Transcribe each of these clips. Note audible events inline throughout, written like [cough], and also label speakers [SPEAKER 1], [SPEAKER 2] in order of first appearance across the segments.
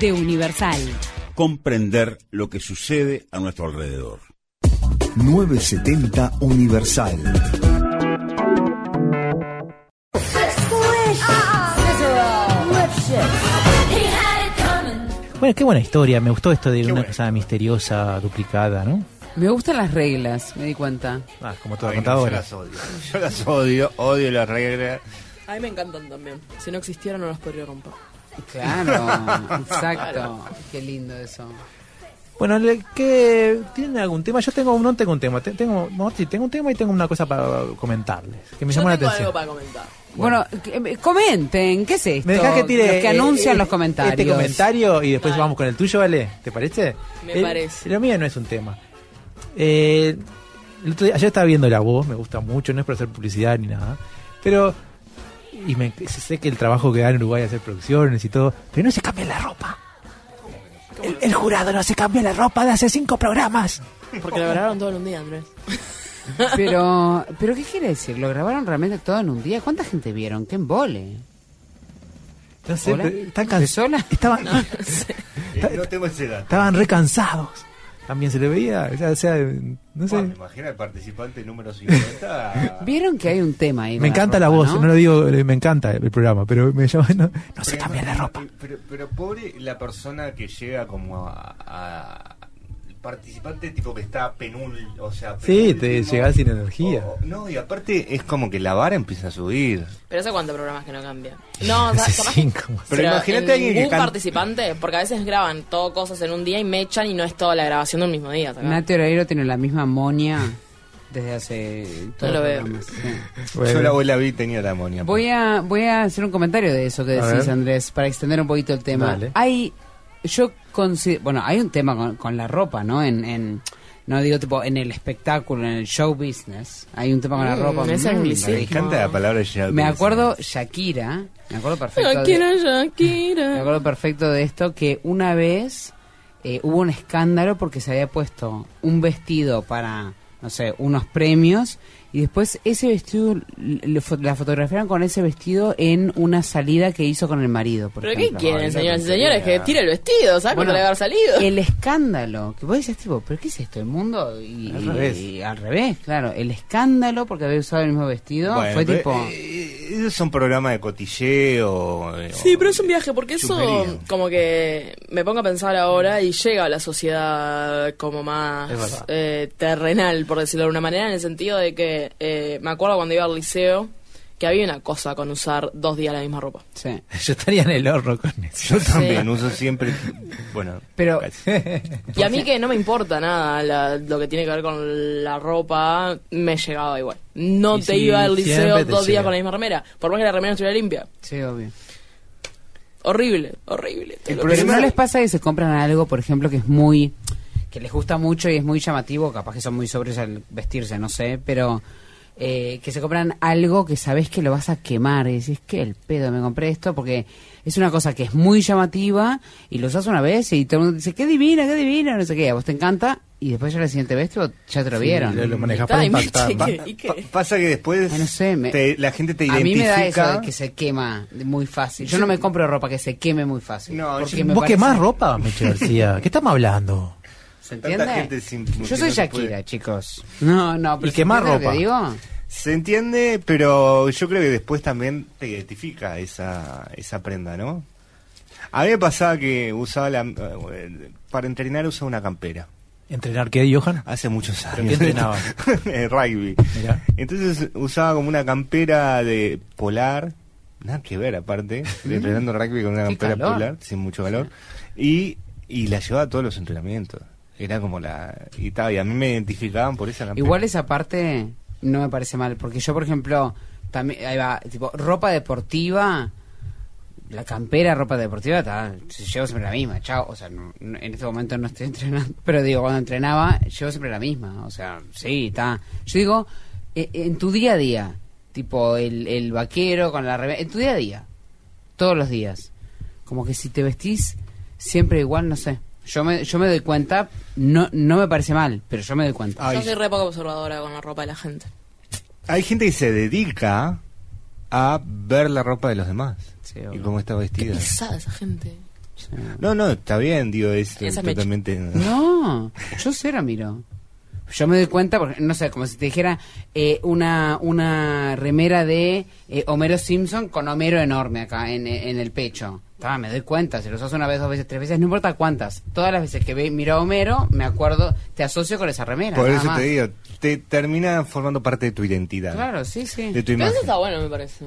[SPEAKER 1] de Universal.
[SPEAKER 2] Comprender lo que sucede a nuestro alrededor.
[SPEAKER 3] 970 Universal.
[SPEAKER 4] Bueno, qué buena historia. Me gustó esto de una
[SPEAKER 5] bueno.
[SPEAKER 4] cosa misteriosa, duplicada, ¿no?
[SPEAKER 6] Me gustan las reglas, me di cuenta.
[SPEAKER 4] Ah, como todo
[SPEAKER 5] Ay, no, yo
[SPEAKER 4] contador.
[SPEAKER 5] las odio. Yo las odio, odio las reglas.
[SPEAKER 7] A mí me encantan también. Si no existieran, no las podría romper.
[SPEAKER 6] Claro, [laughs] exacto. Qué lindo eso.
[SPEAKER 4] Bueno, le- ¿qué, ¿tienen algún tema? Yo tengo, no tengo un tema. te- Tengo, no, sí, tengo un tema y tengo una cosa para comentarles. Que me
[SPEAKER 7] Yo
[SPEAKER 4] llamó la
[SPEAKER 7] tengo
[SPEAKER 4] atención.
[SPEAKER 7] algo para comentar.
[SPEAKER 6] Bueno, que- eh, comenten, ¿qué es esto?
[SPEAKER 4] Me dejás que tire.
[SPEAKER 6] Los que
[SPEAKER 4] eh,
[SPEAKER 6] anuncian
[SPEAKER 4] eh,
[SPEAKER 6] los comentarios.
[SPEAKER 4] Este comentario y después
[SPEAKER 7] Dale.
[SPEAKER 4] vamos con el tuyo, ¿vale? ¿Te parece?
[SPEAKER 7] Me
[SPEAKER 4] El-
[SPEAKER 7] parece.
[SPEAKER 4] Lo mío no es un tema. Eh, el otro día- ayer estaba viendo la voz, me gusta mucho, no es para hacer publicidad ni nada. Pero. Y me, sé que el trabajo que dan en Uruguay hacer producciones y todo. Pero no se cambia la ropa. El, el jurado no se cambia la ropa de hace cinco programas.
[SPEAKER 7] Porque lo grabaron todo en un día, Andrés.
[SPEAKER 6] [laughs] Pero, pero ¿qué quiere decir? ¿Lo grabaron realmente todo en un día? ¿Cuánta gente vieron? ¡Qué embole!
[SPEAKER 4] No sé,
[SPEAKER 6] Hola.
[SPEAKER 4] pero están cansados.
[SPEAKER 6] ¿Sola? [laughs]
[SPEAKER 4] Estaban,
[SPEAKER 5] Eh, no tengo ese
[SPEAKER 4] [laughs]
[SPEAKER 5] dato.
[SPEAKER 4] estaban recansados. También se le veía. o sea, O sea, no sé.
[SPEAKER 5] Bueno, me imagino el participante número
[SPEAKER 4] [laughs]
[SPEAKER 5] 50.
[SPEAKER 6] ¿Vieron que hay un tema ahí? de
[SPEAKER 4] Me encanta la
[SPEAKER 6] ropa,
[SPEAKER 4] voz, ¿no? lo digo, eh, me encanta el programa, pero me llama, [laughs] no, no se cambia la ropa.
[SPEAKER 5] Pero, pero, pero pobre la persona que llega como a, a- el participante tipo que está penul, o sea,
[SPEAKER 4] Sí,
[SPEAKER 5] penúltimo.
[SPEAKER 4] te llegás sin energía.
[SPEAKER 5] O- no, y aparte es como que la vara empieza a subir.
[SPEAKER 7] Pero hace cuántos programas que no cambia.
[SPEAKER 4] [laughs]
[SPEAKER 7] No, o sea,
[SPEAKER 4] Hace
[SPEAKER 7] capaz-
[SPEAKER 4] cinco.
[SPEAKER 5] Pero imagínate a alguien que
[SPEAKER 7] ningún
[SPEAKER 5] can-
[SPEAKER 7] participante, porque a veces graban todo cosas en un día y me echan y no es toda la grabación de un mismo día. ¿sacá?
[SPEAKER 6] Nati Oreiro tiene la misma monia desde hace todos
[SPEAKER 7] No lo
[SPEAKER 6] los
[SPEAKER 7] veo.
[SPEAKER 6] programas, sí.
[SPEAKER 4] Bueno,
[SPEAKER 5] Yo la abuela vi tenía la amonia.
[SPEAKER 6] Voy a, voy a hacer un comentario de eso que
[SPEAKER 4] A
[SPEAKER 6] decís,
[SPEAKER 4] ver.
[SPEAKER 6] Andrés, para extender un poquito el tema.
[SPEAKER 4] Dale.
[SPEAKER 6] Hay, yo considero, bueno, hay un tema con, con la ropa, ¿no? En, en, no digo tipo en el espectáculo, en el show business. Hay un tema con la
[SPEAKER 7] Mm,
[SPEAKER 6] ropa.
[SPEAKER 7] ese
[SPEAKER 6] Mm,
[SPEAKER 7] anglicismo.
[SPEAKER 5] Me encanta la palabra ya.
[SPEAKER 6] Me acuerdo Shakira, me acuerdo perfecto. de-
[SPEAKER 7] Shakira,
[SPEAKER 6] Me
[SPEAKER 7] Shakira.
[SPEAKER 6] acuerdo perfecto de esto que una vez eh, hubo un escándalo porque se había puesto un vestido para, no sé, unos premios y después ese vestido le fo- la fotografiaron con ese vestido en una salida que hizo con el marido. Por
[SPEAKER 7] ¿Pero qué
[SPEAKER 6] ejemplo.
[SPEAKER 5] Ay,
[SPEAKER 7] quieren,
[SPEAKER 5] no
[SPEAKER 7] señoras y
[SPEAKER 5] pensaría.
[SPEAKER 7] señores? Que tire el vestido, ¿sabes?
[SPEAKER 6] Bueno,
[SPEAKER 7] Cuando le va a haber salido.
[SPEAKER 6] El escándalo, que vos decías tipo, ¿pero qué es esto? El mundo y,
[SPEAKER 4] Al revés.
[SPEAKER 6] y al revés, claro. El escándalo porque había usado el mismo vestido
[SPEAKER 5] Bueno,
[SPEAKER 6] fue
[SPEAKER 5] pero,
[SPEAKER 6] tipo...
[SPEAKER 5] eh, eso es un programa de cotilleo. eh,
[SPEAKER 7] Sí,
[SPEAKER 5] o-
[SPEAKER 7] pero es un viaje, porque eso
[SPEAKER 5] Chupería.
[SPEAKER 7] como que me pongo a pensar ahora y llega a la sociedad como
[SPEAKER 4] Es
[SPEAKER 7] más
[SPEAKER 4] verdad.
[SPEAKER 7] eh, terrenal, por decirlo de alguna manera, en el sentido de que eh, me acuerdo cuando iba al liceo que había una cosa con usar dos días la misma ropa.
[SPEAKER 6] sí.
[SPEAKER 4] yo estaría en el horno con eso.
[SPEAKER 5] Yo
[SPEAKER 4] [laughs]
[SPEAKER 5] también uso siempre. Bueno, [laughs]
[SPEAKER 6] Pero-
[SPEAKER 7] Y a mí que no me importa nada la- lo que tiene que ver con la ropa, me llegaba igual. No
[SPEAKER 4] Y
[SPEAKER 7] te
[SPEAKER 4] sí,
[SPEAKER 7] iba al liceo
[SPEAKER 4] siempre te
[SPEAKER 7] dos días
[SPEAKER 4] llega.
[SPEAKER 7] con la misma remera, por más que la remera estuviera limpia.
[SPEAKER 6] Sí, obvio.
[SPEAKER 7] Horrible, horrible. te
[SPEAKER 5] El
[SPEAKER 7] lo
[SPEAKER 5] problema-
[SPEAKER 7] juro.
[SPEAKER 6] Pero no les pasa que se compran algo, por ejemplo, que es muy. que les gusta mucho y es muy llamativo, capaz que son muy sobres al vestirse, no sé, pero. eh, que se compran algo que sabes que lo vas a quemar y decís, que el pedo me compré esto? Porque es una cosa que es muy llamativa y lo usas una vez y todo el mundo dice, qué divina, qué divina, no sé qué, a vos te encanta y después ya la siguiente vez tipo, ya te lo vieron.
[SPEAKER 4] Lo, lo
[SPEAKER 7] Y
[SPEAKER 4] manejas
[SPEAKER 7] está,
[SPEAKER 4] para
[SPEAKER 7] y me-
[SPEAKER 4] impactar.
[SPEAKER 7] ¿y
[SPEAKER 4] ¿va?
[SPEAKER 7] qué? ¿Y qué?
[SPEAKER 5] pa- pasa que después
[SPEAKER 6] Ay, no sé, me-
[SPEAKER 5] te- la gente te
[SPEAKER 6] a mí me
[SPEAKER 5] identifica.
[SPEAKER 6] da eso de que se quema muy fácil. Yo no me compro ropa que se queme muy fácil.
[SPEAKER 5] No,
[SPEAKER 6] porque
[SPEAKER 5] yo-
[SPEAKER 6] me
[SPEAKER 4] ¿Vos
[SPEAKER 6] parece-
[SPEAKER 4] quemás ropa, Meche García? ¿Qué estamos hablando?
[SPEAKER 6] ¿Se
[SPEAKER 5] Tanta
[SPEAKER 6] entiende?
[SPEAKER 5] gente sin-
[SPEAKER 6] Yo
[SPEAKER 5] que
[SPEAKER 6] soy
[SPEAKER 5] no se
[SPEAKER 6] Shakira,
[SPEAKER 5] puede-
[SPEAKER 6] chicos. No, no, pero
[SPEAKER 4] ¿Y quemar
[SPEAKER 6] ¿se entiende lo que digo?
[SPEAKER 5] Se entiende, pero yo creo que después también te identifica esa, esa prenda, ¿no? A mí me pasaba que usaba la. eh, Para entrenar usaba una campera.
[SPEAKER 4] ¿Entrenar qué, Johan?
[SPEAKER 5] Hace muchos años.
[SPEAKER 4] ¿Pero qué entrenabas?
[SPEAKER 5] [laughs] Eh, Rugby.
[SPEAKER 4] Mirá.
[SPEAKER 5] Entonces usaba como una campera de polar. Nada que
[SPEAKER 6] [laughs]
[SPEAKER 5] ver, aparte. de entrenando rugby con una
[SPEAKER 6] Qué
[SPEAKER 5] campera
[SPEAKER 6] calor.
[SPEAKER 5] polar, sin mucho calor. Y, y la llevaba a todos los entrenamientos. Era como la. Y, tal, y a mí me identificaban por esa campera.
[SPEAKER 6] Igual esa parte no me parece mal, porque yo, por ejemplo, también, ahí va, tipo, ropa deportiva, la campera, ropa deportiva, ta, llevo siempre la misma, chao, o sea, no- no- en este momento no estoy [laughs] entrenando, pero digo, cuando entrenaba, llevo siempre la misma, o sea, sí, está. Yo digo, eh, en tu día a día, tipo, el, el vaquero con la remera, en tu día a día, todos los días, como que si te vestís siempre igual, no sé. Yo me, yo me doy cuenta, no, no me parece mal, pero yo me doy cuenta.
[SPEAKER 5] Ay,
[SPEAKER 7] Yo soy re poco observadora con la ropa de la gente.
[SPEAKER 5] Hay gente que se dedica a ver la ropa de los demás
[SPEAKER 6] Sí, obvio.
[SPEAKER 5] y cómo está
[SPEAKER 7] Qué
[SPEAKER 5] vestida.
[SPEAKER 7] pesada esa gente.
[SPEAKER 5] No, no, está bien, digo, es
[SPEAKER 7] Esa es
[SPEAKER 5] totalmente...
[SPEAKER 6] No, yo cero miro. Yo me doy cuenta, porque, no sé, como si te dijera eh, una, una remera de eh, Homero Simpson con Homero enorme acá en, en el pecho. Ta, me doy cuenta, si lo usas una vez, dos veces, tres veces, no importa cuántas. Todas las veces que ve, miro a Homero, me acuerdo, te asocio con esa remera.
[SPEAKER 5] [laughs] Por
[SPEAKER 6] nada
[SPEAKER 5] eso
[SPEAKER 6] más.
[SPEAKER 5] te digo, te termina formando parte de tu identidad.
[SPEAKER 6] Claro, sí, sí.
[SPEAKER 5] De tu
[SPEAKER 7] Pero
[SPEAKER 5] imagen.
[SPEAKER 7] eso está bueno, me parece.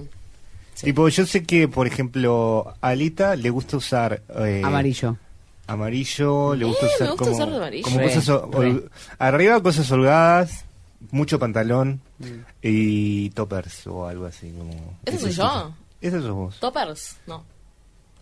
[SPEAKER 5] Tipo, yo sé que, por ejemplo, a Alita le gusta usar... eh,
[SPEAKER 6] Amarillo.
[SPEAKER 5] Amarillo, le gusta
[SPEAKER 7] Eh,
[SPEAKER 5] usar
[SPEAKER 7] me gusta
[SPEAKER 5] como,
[SPEAKER 7] usar de amarillo.
[SPEAKER 5] como
[SPEAKER 6] Re,
[SPEAKER 5] cosas... o-
[SPEAKER 6] re.
[SPEAKER 5] ol- Arriba cosas holgadas, mucho pantalón
[SPEAKER 6] Mm.
[SPEAKER 5] y toppers o algo así. Como,
[SPEAKER 7] ¿Eso soy
[SPEAKER 5] es
[SPEAKER 7] yo?
[SPEAKER 5] Eso sos vos.
[SPEAKER 7] ¿Toppers? No.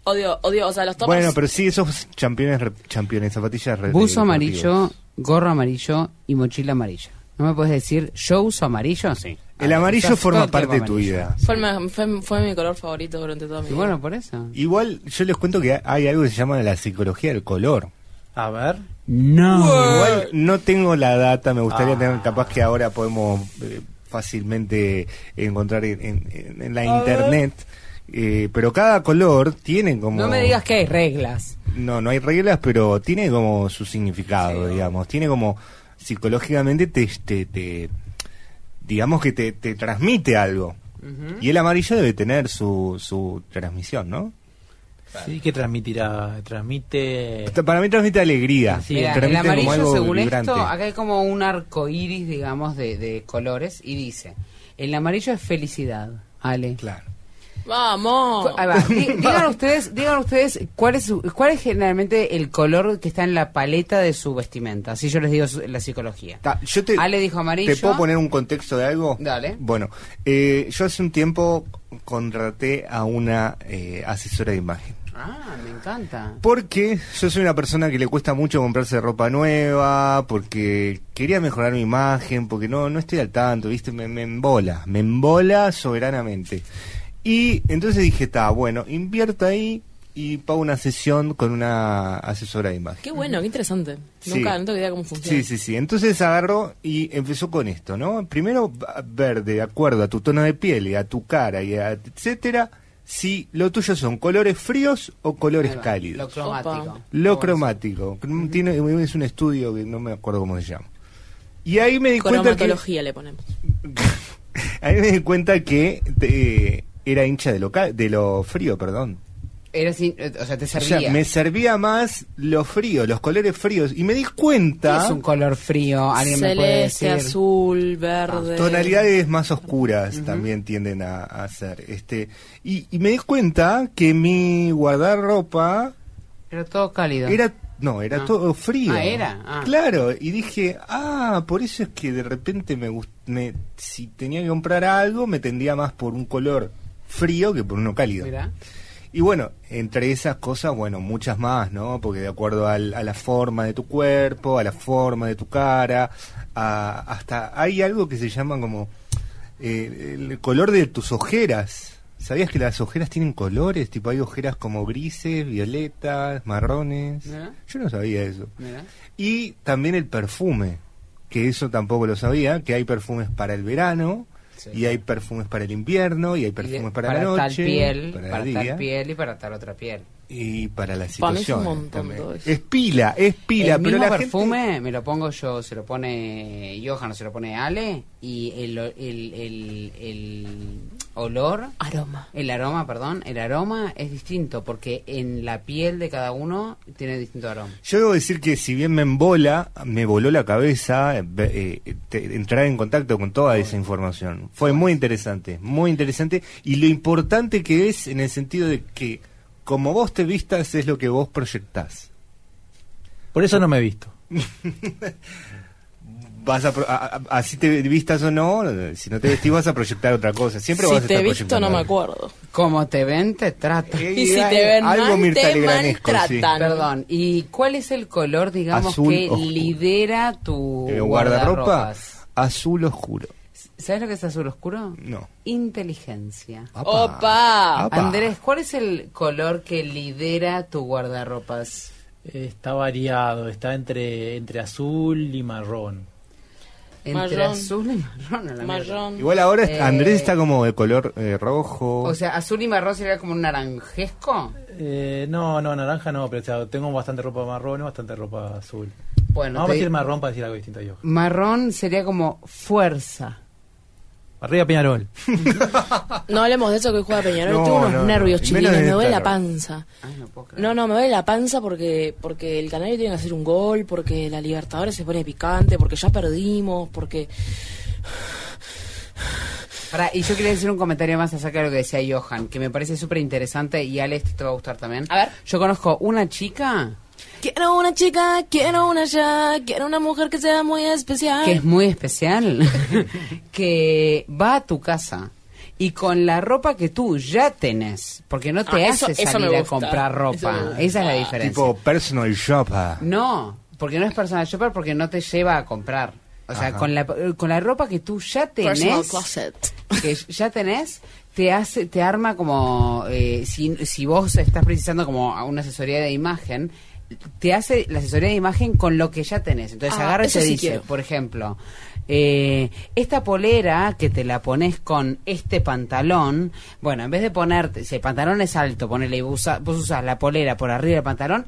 [SPEAKER 7] Odio, odio, o sea, los toppers.
[SPEAKER 5] Bueno, pero sí, esos championes, re- championes, zapatillas... re-
[SPEAKER 6] Buzo
[SPEAKER 5] eh,
[SPEAKER 6] amarillo,
[SPEAKER 5] deportivos.
[SPEAKER 6] gorro amarillo y mochila amarilla. ¿No me puedes decir, yo uso amarillo? Sí.
[SPEAKER 5] El
[SPEAKER 6] Ah,
[SPEAKER 5] amarillo
[SPEAKER 6] usás todo
[SPEAKER 5] forma
[SPEAKER 6] el
[SPEAKER 5] parte de
[SPEAKER 6] tiempo
[SPEAKER 5] tu
[SPEAKER 6] amarillo.
[SPEAKER 5] vida.
[SPEAKER 7] Fue, el me- fue- fue mi color favorito durante toda mi
[SPEAKER 6] Y
[SPEAKER 7] vida.
[SPEAKER 6] bueno, por eso.
[SPEAKER 5] Igual yo les cuento que hay algo que se llama la psicología del color.
[SPEAKER 8] A ver.
[SPEAKER 6] No.
[SPEAKER 5] Igual no tengo la data, me gustaría
[SPEAKER 8] Ah.
[SPEAKER 5] tener, capaz que ahora podemos eh, fácilmente encontrar en, en- en- en la
[SPEAKER 8] A
[SPEAKER 5] internet. eh, pero cada color tiene como...
[SPEAKER 6] No me digas que hay reglas.
[SPEAKER 5] No, no hay reglas, pero tiene como su significado, digamos. Tiene como... Psicológicamente te... te- te- digamos que te, te transmite algo. Y el amarillo debe tener su, su transmisión, ¿no?
[SPEAKER 8] Sí, que transmitirá. Transmite.
[SPEAKER 5] Para mí transmite alegría.
[SPEAKER 8] Sí,
[SPEAKER 6] Mira,
[SPEAKER 5] transmite
[SPEAKER 6] el
[SPEAKER 5] como
[SPEAKER 6] amarillo,
[SPEAKER 5] algo
[SPEAKER 6] según
[SPEAKER 5] vibrante.
[SPEAKER 6] esto, acá hay como un arco iris, digamos, de, de colores. Y dice: el amarillo es felicidad. Ale.
[SPEAKER 5] Claro.
[SPEAKER 7] Vamos.
[SPEAKER 6] Ahí va.
[SPEAKER 7] [laughs]
[SPEAKER 6] Di- Digan ustedes, digan ustedes cuál es su- cuál es generalmente el color que está en la paleta de su vestimenta. Así yo les digo su- la psicología.
[SPEAKER 5] Ta, yo te,
[SPEAKER 6] Ale Ah, dijo amarillo.
[SPEAKER 5] ¿Te puedo poner un contexto de algo?
[SPEAKER 6] Dale.
[SPEAKER 5] Bueno, eh, yo hace un tiempo contraté a una eh, asesora de imagen.
[SPEAKER 6] Ah, me encanta.
[SPEAKER 5] Porque yo soy una persona que le cuesta mucho comprarse ropa nueva, porque quería mejorar mi imagen, porque no, no estoy al tanto, ¿viste? Me, me embola, me embola soberanamente. Y entonces dije, está, bueno, invierta ahí y pago una sesión con una asesora de imagen.
[SPEAKER 7] Qué bueno, qué interesante.
[SPEAKER 5] Sí.
[SPEAKER 7] Nunca, no tengo idea cómo funciona.
[SPEAKER 5] Sí, sí, sí. Entonces agarró y empezó con esto, ¿no? Primero a ver de acuerdo a tu tono de piel y a tu cara y a etcétera, si lo tuyo son colores fríos o colores
[SPEAKER 6] Ahí va, Lo
[SPEAKER 5] cálidos.
[SPEAKER 6] cromático.
[SPEAKER 7] Opa.
[SPEAKER 5] Lo, cromático. Tiene, es un estudio que no me acuerdo cómo se llama. Y ahí me di cuenta que
[SPEAKER 7] Cromatología le ponemos.
[SPEAKER 5] [laughs] ahí me di cuenta que eh, era hincha de lo ca- de lo frío, perdón.
[SPEAKER 6] Era sin- eh, o sea, te
[SPEAKER 5] O
[SPEAKER 6] servía.
[SPEAKER 5] sea, me servía más lo frío, los colores fríos y me di cuenta
[SPEAKER 6] ¿Qué es un color frío? ¿Alguien me puede
[SPEAKER 7] Celeste,
[SPEAKER 6] decir?
[SPEAKER 5] Ah,
[SPEAKER 7] azul, verde.
[SPEAKER 5] Tonalidades más oscuras también tienden a, a ser. Este, y, y me di cuenta que mi guardarropa
[SPEAKER 6] Era todo cálido.
[SPEAKER 5] era, no, era
[SPEAKER 6] Ah.
[SPEAKER 5] todo frío.
[SPEAKER 6] Ah, era. Ah.
[SPEAKER 5] Claro, y dije, ah, por eso es que de repente me, gust- me si tenía que comprar algo, me tendía más por un color frío que por uno cálido.
[SPEAKER 6] Mirá.
[SPEAKER 5] Y bueno, entre esas cosas, bueno, muchas más, ¿no? Porque de acuerdo al- a la forma de tu cuerpo, a la forma de tu cara, a- hasta hay algo que se llama como eh, el color de tus ojeras. ¿Sabías que las ojeras tienen colores? Tipo, hay ojeras como grises, violetas, marrones.
[SPEAKER 6] Mirá.
[SPEAKER 5] Yo no sabía eso.
[SPEAKER 6] Mirá.
[SPEAKER 5] Y también el perfume, que eso tampoco lo sabía, que hay perfumes para el verano,
[SPEAKER 6] Sí.
[SPEAKER 5] y hay perfumes para el invierno, y hay
[SPEAKER 6] Y de-
[SPEAKER 5] perfumes para, la noche,
[SPEAKER 6] tal piel,
[SPEAKER 5] para
[SPEAKER 6] para,
[SPEAKER 5] el
[SPEAKER 6] tal
[SPEAKER 5] día.
[SPEAKER 6] piel y para tal otra piel.
[SPEAKER 5] Y para la
[SPEAKER 7] Para mí es un
[SPEAKER 5] situación.
[SPEAKER 7] montón todo eso.
[SPEAKER 5] es pila, es pila,
[SPEAKER 6] el
[SPEAKER 5] pero
[SPEAKER 6] mismo
[SPEAKER 5] la
[SPEAKER 6] perfume
[SPEAKER 5] gente-
[SPEAKER 6] me lo pongo yo, se lo pone Johan o se lo pone Ale y el, o- el, el- el olor,
[SPEAKER 7] Aroma.
[SPEAKER 6] el aroma, perdón, el aroma es distinto porque en la piel de cada uno tiene distinto aroma.
[SPEAKER 5] Yo debo decir que si bien me embola, me voló la cabeza eh, ve- eh, te- entrar en contacto con toda esa información. Fue muy interesante, muy interesante. Y lo importante que es en el sentido de que como vos te vistas es lo que vos proyectás.
[SPEAKER 8] Por eso no me he visto.
[SPEAKER 5] Vas a, pro- a- a- así te vistas o no, si no te vestís vas a proyectar otra cosa. Siempre vas a
[SPEAKER 7] si te
[SPEAKER 5] estar
[SPEAKER 7] he visto,
[SPEAKER 5] proyectando
[SPEAKER 7] no me
[SPEAKER 5] algo.
[SPEAKER 7] acuerdo.
[SPEAKER 6] Como te ven, te trata. Ah,
[SPEAKER 5] Eh,
[SPEAKER 7] Y si
[SPEAKER 5] hay
[SPEAKER 7] te ven
[SPEAKER 5] algo
[SPEAKER 7] mal,
[SPEAKER 5] Mirta
[SPEAKER 7] te
[SPEAKER 5] Legranesco, sí.
[SPEAKER 7] maltratan.
[SPEAKER 6] Perdón, ¿y cuál es el color, digamos,
[SPEAKER 5] Azul
[SPEAKER 6] que
[SPEAKER 5] oscuro.
[SPEAKER 6] lidera tu
[SPEAKER 5] Eh, guardarropa
[SPEAKER 6] guardarropas?
[SPEAKER 5] azul oscuro.
[SPEAKER 6] ¿Sabes lo que es azul oscuro?
[SPEAKER 5] No.
[SPEAKER 6] Inteligencia.
[SPEAKER 7] Opa.
[SPEAKER 5] Apa.
[SPEAKER 6] Andrés, ¿cuál es el color que lidera tu guardarropas?
[SPEAKER 8] Está variado, está entre, entre azul y marrón.
[SPEAKER 6] Entre
[SPEAKER 7] Marrón.
[SPEAKER 6] azul y marrón. a la mierda.
[SPEAKER 7] Marrón.
[SPEAKER 5] Igual ahora
[SPEAKER 6] Eh,
[SPEAKER 5] Andrés está como de color eh, rojo.
[SPEAKER 6] O sea, azul y marrón sería como un naranjesco.
[SPEAKER 8] Eh, no, no, naranja no, pero o sea, tengo bastante ropa marrón y bastante ropa azul.
[SPEAKER 6] Bueno,
[SPEAKER 8] Vamos
[SPEAKER 6] te
[SPEAKER 8] a
[SPEAKER 6] di-
[SPEAKER 8] decir marrón para decir algo distinto yo.
[SPEAKER 6] marrón sería como fuerza.
[SPEAKER 8] Arriba Peñarol.
[SPEAKER 7] No hablemos de eso que hoy juega Peñarol.
[SPEAKER 5] No,
[SPEAKER 7] Tengo unos
[SPEAKER 5] no, no.
[SPEAKER 7] nervios,
[SPEAKER 5] Y
[SPEAKER 7] chiquilines.
[SPEAKER 5] menos en
[SPEAKER 7] Me
[SPEAKER 5] esta
[SPEAKER 7] duele la
[SPEAKER 5] hora.
[SPEAKER 7] panza.
[SPEAKER 6] Ay, no puedo creer.
[SPEAKER 7] No, no, me duele la panza porque, porque el Canario tiene que hacer un gol, porque la Libertadores se pone picante, porque ya perdimos, porque...
[SPEAKER 6] Pará, y yo quería decir un comentario más acerca de lo que decía Johan, que me parece súper interesante y Alex te va a gustar también.
[SPEAKER 7] A ver.
[SPEAKER 6] Yo conozco una chica
[SPEAKER 7] Quiero una chica, quiero una ya, quiero una mujer que sea muy especial.
[SPEAKER 6] que es muy especial, [laughs] que va a tu casa y con la ropa que tú ya tenés, porque no te
[SPEAKER 7] Ah, eso-
[SPEAKER 6] hace
[SPEAKER 7] eso
[SPEAKER 6] salir
[SPEAKER 7] me
[SPEAKER 6] a
[SPEAKER 7] gusta.
[SPEAKER 6] comprar
[SPEAKER 7] Eso me
[SPEAKER 6] ropa.
[SPEAKER 7] gusta.
[SPEAKER 6] Esa es la diferencia.
[SPEAKER 5] tipo personal ah. shopper.
[SPEAKER 6] No, porque no es personal shopper porque no te lleva a comprar. O sea,
[SPEAKER 5] Ajá.
[SPEAKER 6] con la, con la ropa que tú ya
[SPEAKER 7] Personal
[SPEAKER 6] tenés,
[SPEAKER 7] closet.
[SPEAKER 6] que ya tenés, te hace, te arma como, eh, si, si vos estás precisando como a una asesoría de imagen, te hace la asesoría de imagen con lo que ya tenés. Entonces
[SPEAKER 7] Ah,
[SPEAKER 6] agarra y
[SPEAKER 7] eso
[SPEAKER 6] te
[SPEAKER 7] sí
[SPEAKER 6] dice,
[SPEAKER 7] quiero.
[SPEAKER 6] por ejemplo, eh, esta polera que te la pones con este pantalón, bueno, en vez de ponerte, si el pantalón es alto, ponele, y vos, usa- vos usás la polera por arriba del pantalón,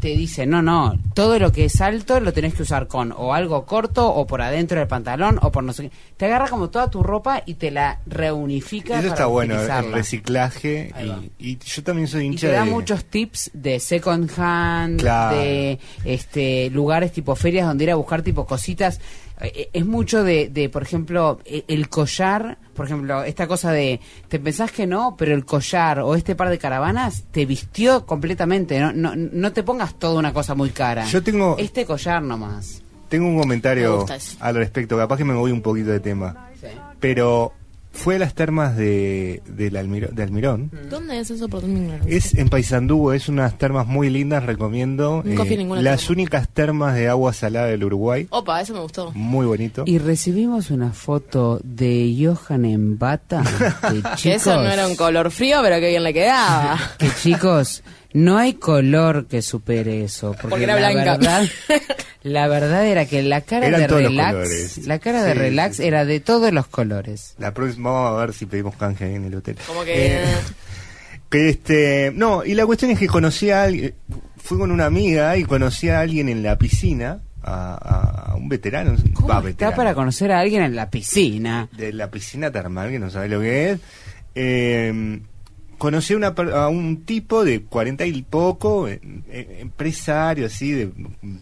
[SPEAKER 6] te dice, no, no, todo lo que es alto lo tenés que usar con o algo corto o por adentro del pantalón o por no sé qué. Te agarra como toda tu ropa y te la reunifica.
[SPEAKER 5] Eso
[SPEAKER 6] para
[SPEAKER 5] está bueno, el
[SPEAKER 6] utilizarla.
[SPEAKER 5] reciclaje.
[SPEAKER 6] Ahí va.
[SPEAKER 5] Y, y yo también soy
[SPEAKER 6] Y
[SPEAKER 5] hincha
[SPEAKER 6] te da
[SPEAKER 5] de.
[SPEAKER 6] muchos tips de second hand,
[SPEAKER 5] Claro.
[SPEAKER 6] de este lugares tipo ferias donde ir a buscar tipo cositas. Eh, eh, Es mucho de, de, por ejemplo, eh, el collar, por ejemplo, esta cosa de, te pensás que no, pero el collar o este par de caravanas te vistió completamente. No, no, no te pongas toda una cosa muy cara.
[SPEAKER 5] Yo tengo-
[SPEAKER 6] Este collar nomás.
[SPEAKER 5] Tengo un
[SPEAKER 7] Me
[SPEAKER 5] comentario
[SPEAKER 7] gusta eso.
[SPEAKER 5] al respecto, capaz que me voy un poquito de tema.
[SPEAKER 6] Sí.
[SPEAKER 5] Pero fue a las termas de, del Almiro- de Almirón.
[SPEAKER 6] Mm.
[SPEAKER 7] ¿Dónde es eso? Perdón, mi ignorancia.
[SPEAKER 5] Es en Paysandú, es unas termas muy lindas, recomiendo. Eh,
[SPEAKER 7] Nunca fui a ninguna
[SPEAKER 5] las
[SPEAKER 7] terma.
[SPEAKER 5] únicas termas de agua salada del Uruguay.
[SPEAKER 7] Opa, eso me gustó.
[SPEAKER 5] Muy bonito.
[SPEAKER 6] Oh. Y recibimos una foto de Johan en
[SPEAKER 5] [laughs]
[SPEAKER 6] bata. que,
[SPEAKER 7] Que eso no
[SPEAKER 6] chicos,
[SPEAKER 7] era un color frío, pero que bien le quedaba.
[SPEAKER 6] [laughs] Que chicos, no hay color que supere eso. Porque,
[SPEAKER 7] Porque era
[SPEAKER 6] la
[SPEAKER 7] blanca. [laughs]
[SPEAKER 6] Verdad, la verdad era que la cara
[SPEAKER 5] Eran
[SPEAKER 6] de
[SPEAKER 5] todos los
[SPEAKER 6] relax,
[SPEAKER 5] colores.
[SPEAKER 6] la cara de
[SPEAKER 5] Sí,
[SPEAKER 6] relax
[SPEAKER 5] sí, sí.
[SPEAKER 6] era de todos los colores.
[SPEAKER 5] La próxima, vamos a ver si pedimos canje ahí en el hotel.
[SPEAKER 7] Como que...
[SPEAKER 5] Eh, que este, no, y la cuestión es que conocí a alguien, fui con una amiga y conocí a alguien en la piscina, a, a- a un veterano,
[SPEAKER 6] ¿Cómo
[SPEAKER 5] va,
[SPEAKER 6] está
[SPEAKER 5] veterano,
[SPEAKER 6] para conocer a alguien en la piscina?
[SPEAKER 5] de la piscina termal, que no sabe lo que es. Eh, conocí a, una per- a un tipo de 40 y poco, eh, eh, empresario así, de,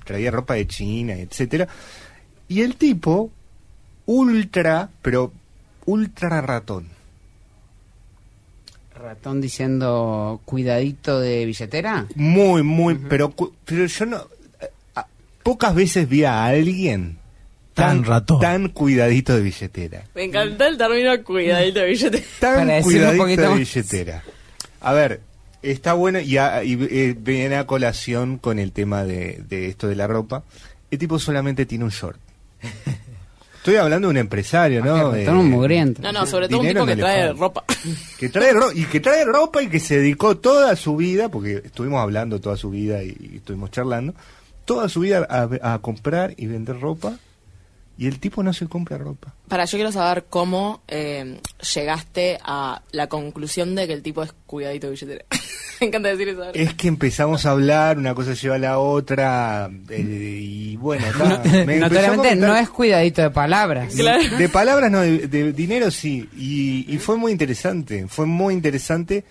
[SPEAKER 5] traía ropa de China, etcétera Y el tipo, ultra, pero ultra ratón.
[SPEAKER 6] Ratón diciendo cuidadito de billetera.
[SPEAKER 5] Muy, muy, pero, cu- pero yo no... eh, a- a- pocas veces vi a alguien
[SPEAKER 8] Tan ratón.
[SPEAKER 5] Tan cuidadito de billetera.
[SPEAKER 7] Me encantó el término cuidadito billete.
[SPEAKER 5] Tan
[SPEAKER 6] Para decirlo un
[SPEAKER 5] cuidadito
[SPEAKER 6] poquito
[SPEAKER 5] de
[SPEAKER 6] más.
[SPEAKER 5] billetera. A ver, está bueno y, a- y, eh, viene a colación con el tema de, de esto de la ropa. El tipo solamente tiene
[SPEAKER 6] [laughs]
[SPEAKER 5] un short. Estoy hablando de un empresario, ¿no?
[SPEAKER 6] Ratón
[SPEAKER 5] Eh,
[SPEAKER 6] mugriento.
[SPEAKER 7] No, no, sobre todo un
[SPEAKER 5] Dinero
[SPEAKER 7] tipo que
[SPEAKER 5] no le
[SPEAKER 7] trae
[SPEAKER 5] falta.
[SPEAKER 7] ropa.
[SPEAKER 5] que trae ro- y que trae ropa y que se dedicó toda su vida porque estuvimos hablando toda su vida y, y estuvimos charlando toda su vida a, a comprar y vender ropa y el tipo no se compra ropa
[SPEAKER 7] Para, yo quiero saber cómo eh, llegaste a la conclusión de que el tipo es cuidadito billetera. [laughs] me encanta decir eso. ahora.
[SPEAKER 5] es que empezamos a hablar una cosa lleva a la otra eh,
[SPEAKER 6] [laughs]
[SPEAKER 5] y bueno ta, me empezó a
[SPEAKER 6] Notoriamente
[SPEAKER 5] comentar-
[SPEAKER 6] no es cuidadito de palabras.
[SPEAKER 7] Claro.
[SPEAKER 5] De palabras no, de, de dinero sí. Y, y fue muy interesante, fue muy interesante.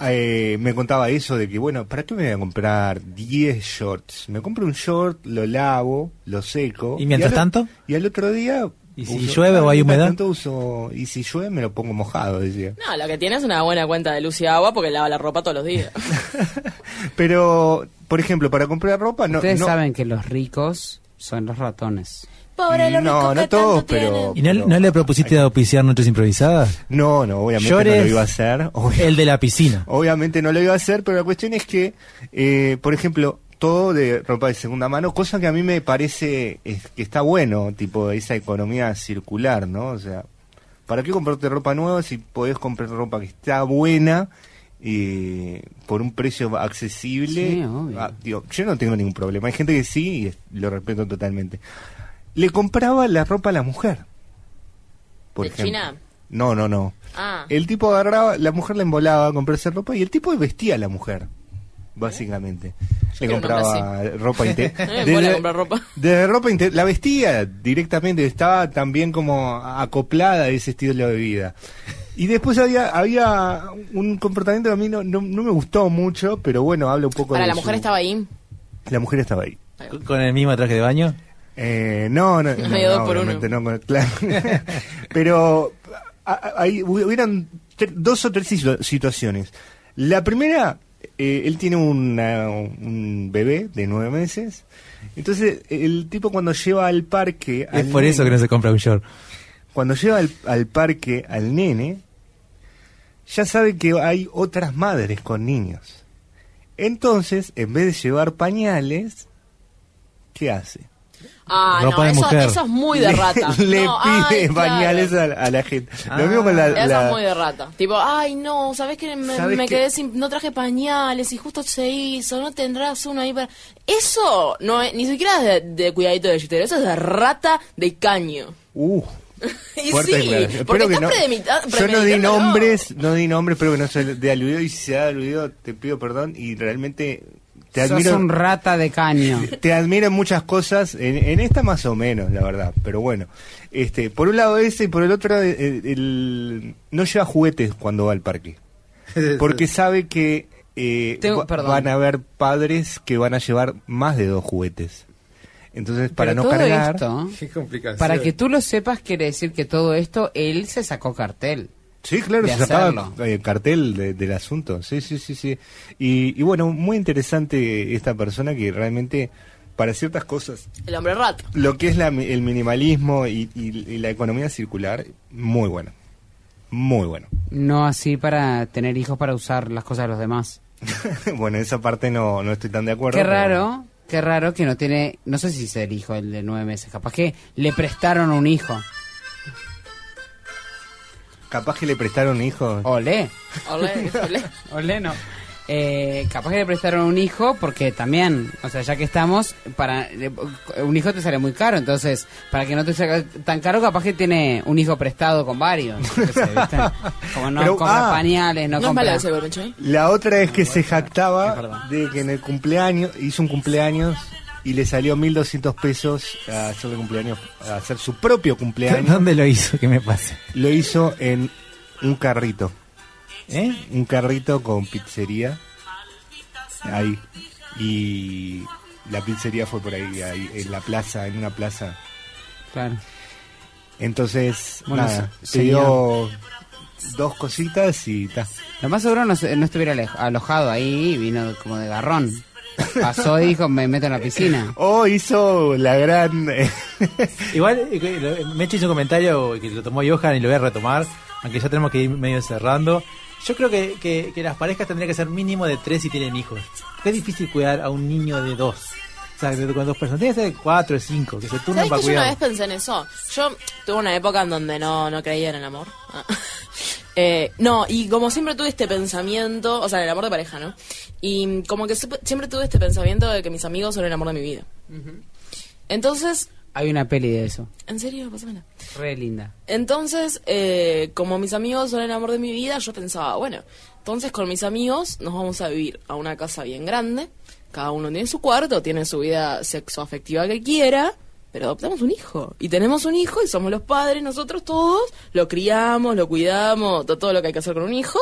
[SPEAKER 5] Eh, me contaba eso de que, bueno, ¿para qué me voy a comprar 10 shorts? Me compro un short, lo lavo, lo seco.
[SPEAKER 8] ¿Y mientras
[SPEAKER 5] al o-
[SPEAKER 8] tanto?
[SPEAKER 5] Y al otro día...
[SPEAKER 8] ¿Y si llueve o hay
[SPEAKER 5] Ah, mientras
[SPEAKER 8] humedad?
[SPEAKER 5] tanto uso- y si llueve me lo pongo mojado, decía.
[SPEAKER 7] No, lo que tiene es una buena cuenta de luz y agua porque lava la ropa todos los días.
[SPEAKER 5] Pero, por ejemplo, para comprar ropa no...
[SPEAKER 6] Ustedes
[SPEAKER 5] no-
[SPEAKER 6] saben que los ricos son los ratones.
[SPEAKER 5] no, no todos, pero...
[SPEAKER 8] ¿Y no,
[SPEAKER 5] pero-
[SPEAKER 8] no le propusiste auspiciar noches improvisadas?
[SPEAKER 5] No, no, obviamente no
[SPEAKER 8] Llores.
[SPEAKER 5] lo iba a hacer. [laughs] obviamente.
[SPEAKER 8] El de la piscina.
[SPEAKER 5] Obviamente no lo iba a hacer, pero la cuestión es que, eh, por ejemplo, todo de ropa de segunda mano, cosa que a mí me parece es- que está bueno, tipo esa economía circular, ¿no? O sea, ¿para qué comprarte ropa nueva si podés comprar ropa que está buena eh, por un precio accesible?
[SPEAKER 6] Sí, obvio.
[SPEAKER 5] Ah, digo, yo no tengo ningún problema. Hay gente que sí y es- lo respeto totalmente. le compraba la ropa a la mujer. Por
[SPEAKER 7] ¿De
[SPEAKER 5] ejemplo.
[SPEAKER 7] China?
[SPEAKER 5] No, no, no.
[SPEAKER 7] [laughs] Ah,
[SPEAKER 5] El tipo agarraba, la mujer le embolaba a comprarse ropa y el tipo vestía a la mujer, básicamente. Le
[SPEAKER 7] quiero un
[SPEAKER 5] compraba
[SPEAKER 7] [laughs]
[SPEAKER 5] ropa
[SPEAKER 7] no
[SPEAKER 5] interior.
[SPEAKER 7] me mola comprar ropa.
[SPEAKER 5] Desde ropa interior, la vestía directamente, estaba también como acoplada a ese estilo de vida. Y después había, había un comportamiento que a mí no, no, no me gustó mucho, pero bueno, habla un poco
[SPEAKER 7] Para
[SPEAKER 5] de
[SPEAKER 7] la
[SPEAKER 5] su-
[SPEAKER 7] mujer estaba ahí.
[SPEAKER 5] La mujer estaba ahí.
[SPEAKER 8] ¿Con el mismo traje de baño?
[SPEAKER 5] Eh, no,
[SPEAKER 7] [laughs]
[SPEAKER 5] no, no,
[SPEAKER 7] Me dio
[SPEAKER 5] no,
[SPEAKER 7] dos por
[SPEAKER 5] obviamente
[SPEAKER 7] uno.
[SPEAKER 5] no, con- claro. [laughs] Pero a- a- ahí hu- hubieran tre- dos o tres situ- situaciones. La primera, eh, él tiene una- un bebé de nueve meses. Entonces, el tipo cuando lleva al parque...
[SPEAKER 8] Es
[SPEAKER 5] al
[SPEAKER 8] por eso que
[SPEAKER 5] nene-
[SPEAKER 8] no se compra un short.
[SPEAKER 5] cuando lleva al, al parque al nene, ya sabe que hay otras madres con niños. Entonces, en vez de llevar pañales, ¿qué hace?
[SPEAKER 7] Ah,
[SPEAKER 8] Ropa
[SPEAKER 7] no,
[SPEAKER 8] de
[SPEAKER 7] eso,
[SPEAKER 8] mujer.
[SPEAKER 7] eso es muy de rata.
[SPEAKER 5] [laughs] Le
[SPEAKER 7] No, ay,
[SPEAKER 5] pide
[SPEAKER 7] claro.
[SPEAKER 5] pañales a, la- a la gente.
[SPEAKER 8] Ah.
[SPEAKER 5] Lo mismo con la...
[SPEAKER 7] Eso
[SPEAKER 5] la-
[SPEAKER 7] es muy de rata. Tipo, ay, no, ¿sabés que me,
[SPEAKER 5] ¿Sabés
[SPEAKER 7] me
[SPEAKER 5] qué?
[SPEAKER 7] quedé sin. No traje pañales y justo se hizo, no tendrás uno ahí para. Eso no es, ni siquiera es de, de cuidadito de yutero, eso es de rata de caño.
[SPEAKER 5] Uh,
[SPEAKER 7] [laughs] Y
[SPEAKER 5] fuerte
[SPEAKER 7] sí,
[SPEAKER 5] declaración.
[SPEAKER 7] porque
[SPEAKER 5] Espero que
[SPEAKER 7] está
[SPEAKER 5] no.
[SPEAKER 7] premedita-
[SPEAKER 5] Yo no di
[SPEAKER 7] premeditándolo.
[SPEAKER 5] nombres, no di nombres, espero que no se dé aludido. Y si se da aludido, te pido perdón. Y realmente te
[SPEAKER 6] Sos
[SPEAKER 5] admiro.
[SPEAKER 6] un rata de
[SPEAKER 5] [laughs]
[SPEAKER 6] caño.
[SPEAKER 5] Te admiro en muchas cosas, en, en esta más o menos, la verdad, pero bueno. Este, por un lado ese y por el otro eh, el, no lleva juguetes cuando va al parque, porque sabe que eh,
[SPEAKER 6] Tengo-
[SPEAKER 5] va-
[SPEAKER 6] perdón.
[SPEAKER 5] van a haber padres que van a llevar más de dos juguetes. Entonces, para
[SPEAKER 6] Pero
[SPEAKER 5] no
[SPEAKER 6] todo
[SPEAKER 5] cargar,
[SPEAKER 6] esto,
[SPEAKER 8] Qué complicación.
[SPEAKER 6] para que tú lo sepas, quiere decir que todo esto él se sacó cartel.
[SPEAKER 5] Sí, claro,
[SPEAKER 6] de
[SPEAKER 5] se sacaba
[SPEAKER 6] hacerlo.
[SPEAKER 5] el cartel de- del asunto. Sí, sí, sí, sí. Y, y bueno, muy interesante esta persona que realmente para ciertas cosas
[SPEAKER 7] El hombre rata.
[SPEAKER 5] lo que es la- el minimalismo y, y- y la economía circular, muy bueno. Muy bueno. [laughs]
[SPEAKER 6] No así para tener hijos para usar las cosas de los demás.
[SPEAKER 5] bueno, esa parte no, no estoy tan de acuerdo.
[SPEAKER 6] Qué
[SPEAKER 5] pero-
[SPEAKER 6] raro, qué raro que no tiene, no sé si es el hijo el de nueve meses, capaz que le prestaron un hijo.
[SPEAKER 5] Capaz que le prestaron hijos.
[SPEAKER 6] Olé, [laughs]
[SPEAKER 7] Olé, olé.
[SPEAKER 6] olé no. Eh, capaz que le prestaron un hijo porque también, o sea, ya que estamos, para eh, un hijo te sale muy caro, entonces, para que no te salga tan caro, capaz que tiene un hijo prestado con varios. yo qué sé, ¿viste? Como no
[SPEAKER 5] Pero,
[SPEAKER 6] compra
[SPEAKER 5] ah,
[SPEAKER 6] pañales, no,
[SPEAKER 7] No, es
[SPEAKER 6] compra...
[SPEAKER 7] malo ese goruncho, ¿eh?
[SPEAKER 5] La otra es que se jactaba
[SPEAKER 6] perdón.
[SPEAKER 5] de que en el cumpleaños, hizo un cumpleaños y le salió 1.200 pesos a hacer, cumpleaños, a hacer su propio
[SPEAKER 6] Eh, [laughs]
[SPEAKER 5] cumpleaños.
[SPEAKER 8] [laughs] ¿Dónde lo hizo? ¿Qué me pasa?
[SPEAKER 5] lo hizo en un carrito.
[SPEAKER 8] ¿Eh?
[SPEAKER 5] un carrito con pizzería ahí y la pizzería fue por ahí, ahí, en la plaza en una plaza
[SPEAKER 6] Claro.
[SPEAKER 5] entonces
[SPEAKER 6] Bueno,
[SPEAKER 5] nada
[SPEAKER 6] se-
[SPEAKER 5] te dio
[SPEAKER 6] señor.
[SPEAKER 5] dos cositas y ta.
[SPEAKER 6] Lo más seguro no, se- no estuviera alej- alojado ahí, vino como de garrón. Pasó y dijo, me meto en la
[SPEAKER 5] [laughs]
[SPEAKER 6] piscina.
[SPEAKER 5] oh hizo la gran [laughs] eh,
[SPEAKER 8] Igual, eh, que lo- Meche hizo un comentario que lo tomó Johan y lo voy a retomar, aunque ya tenemos que ir medio cerrando. Yo creo que, que- que las parejas tendrían que ser mínimo de tres si tienen hijos. Porque es difícil cuidar a un niño de dos. O sea, de- con dos personas. Tiene que ser de cuatro o cinco, que se turnen
[SPEAKER 7] ¿Sabés
[SPEAKER 8] para
[SPEAKER 7] que yo una
[SPEAKER 8] cuidar.
[SPEAKER 7] vez pensé en eso? Yo tuve una época en donde no, no creía en el amor. Ah. [laughs] Eh, no, y como siempre tuve este pensamiento, o sea, en el amor de pareja, ¿no? Y como que supe- siempre tuve este pensamiento de que mis amigos son el amor de mi vida. Entonces,
[SPEAKER 6] Hay una peli de eso,
[SPEAKER 7] en serio, pásamela.
[SPEAKER 6] re linda.
[SPEAKER 7] Entonces, eh, como mis amigos son el amor de mi vida, yo pensaba, bueno, entonces con mis amigos nos vamos a vivir a una casa bien grande, cada uno tiene su cuarto, tiene su vida sexoafectiva que quiera, pero adoptamos un hijo. Y tenemos un hijo y somos los padres, nosotros todos, lo criamos, lo cuidamos, to- todo lo que hay que hacer con un hijo,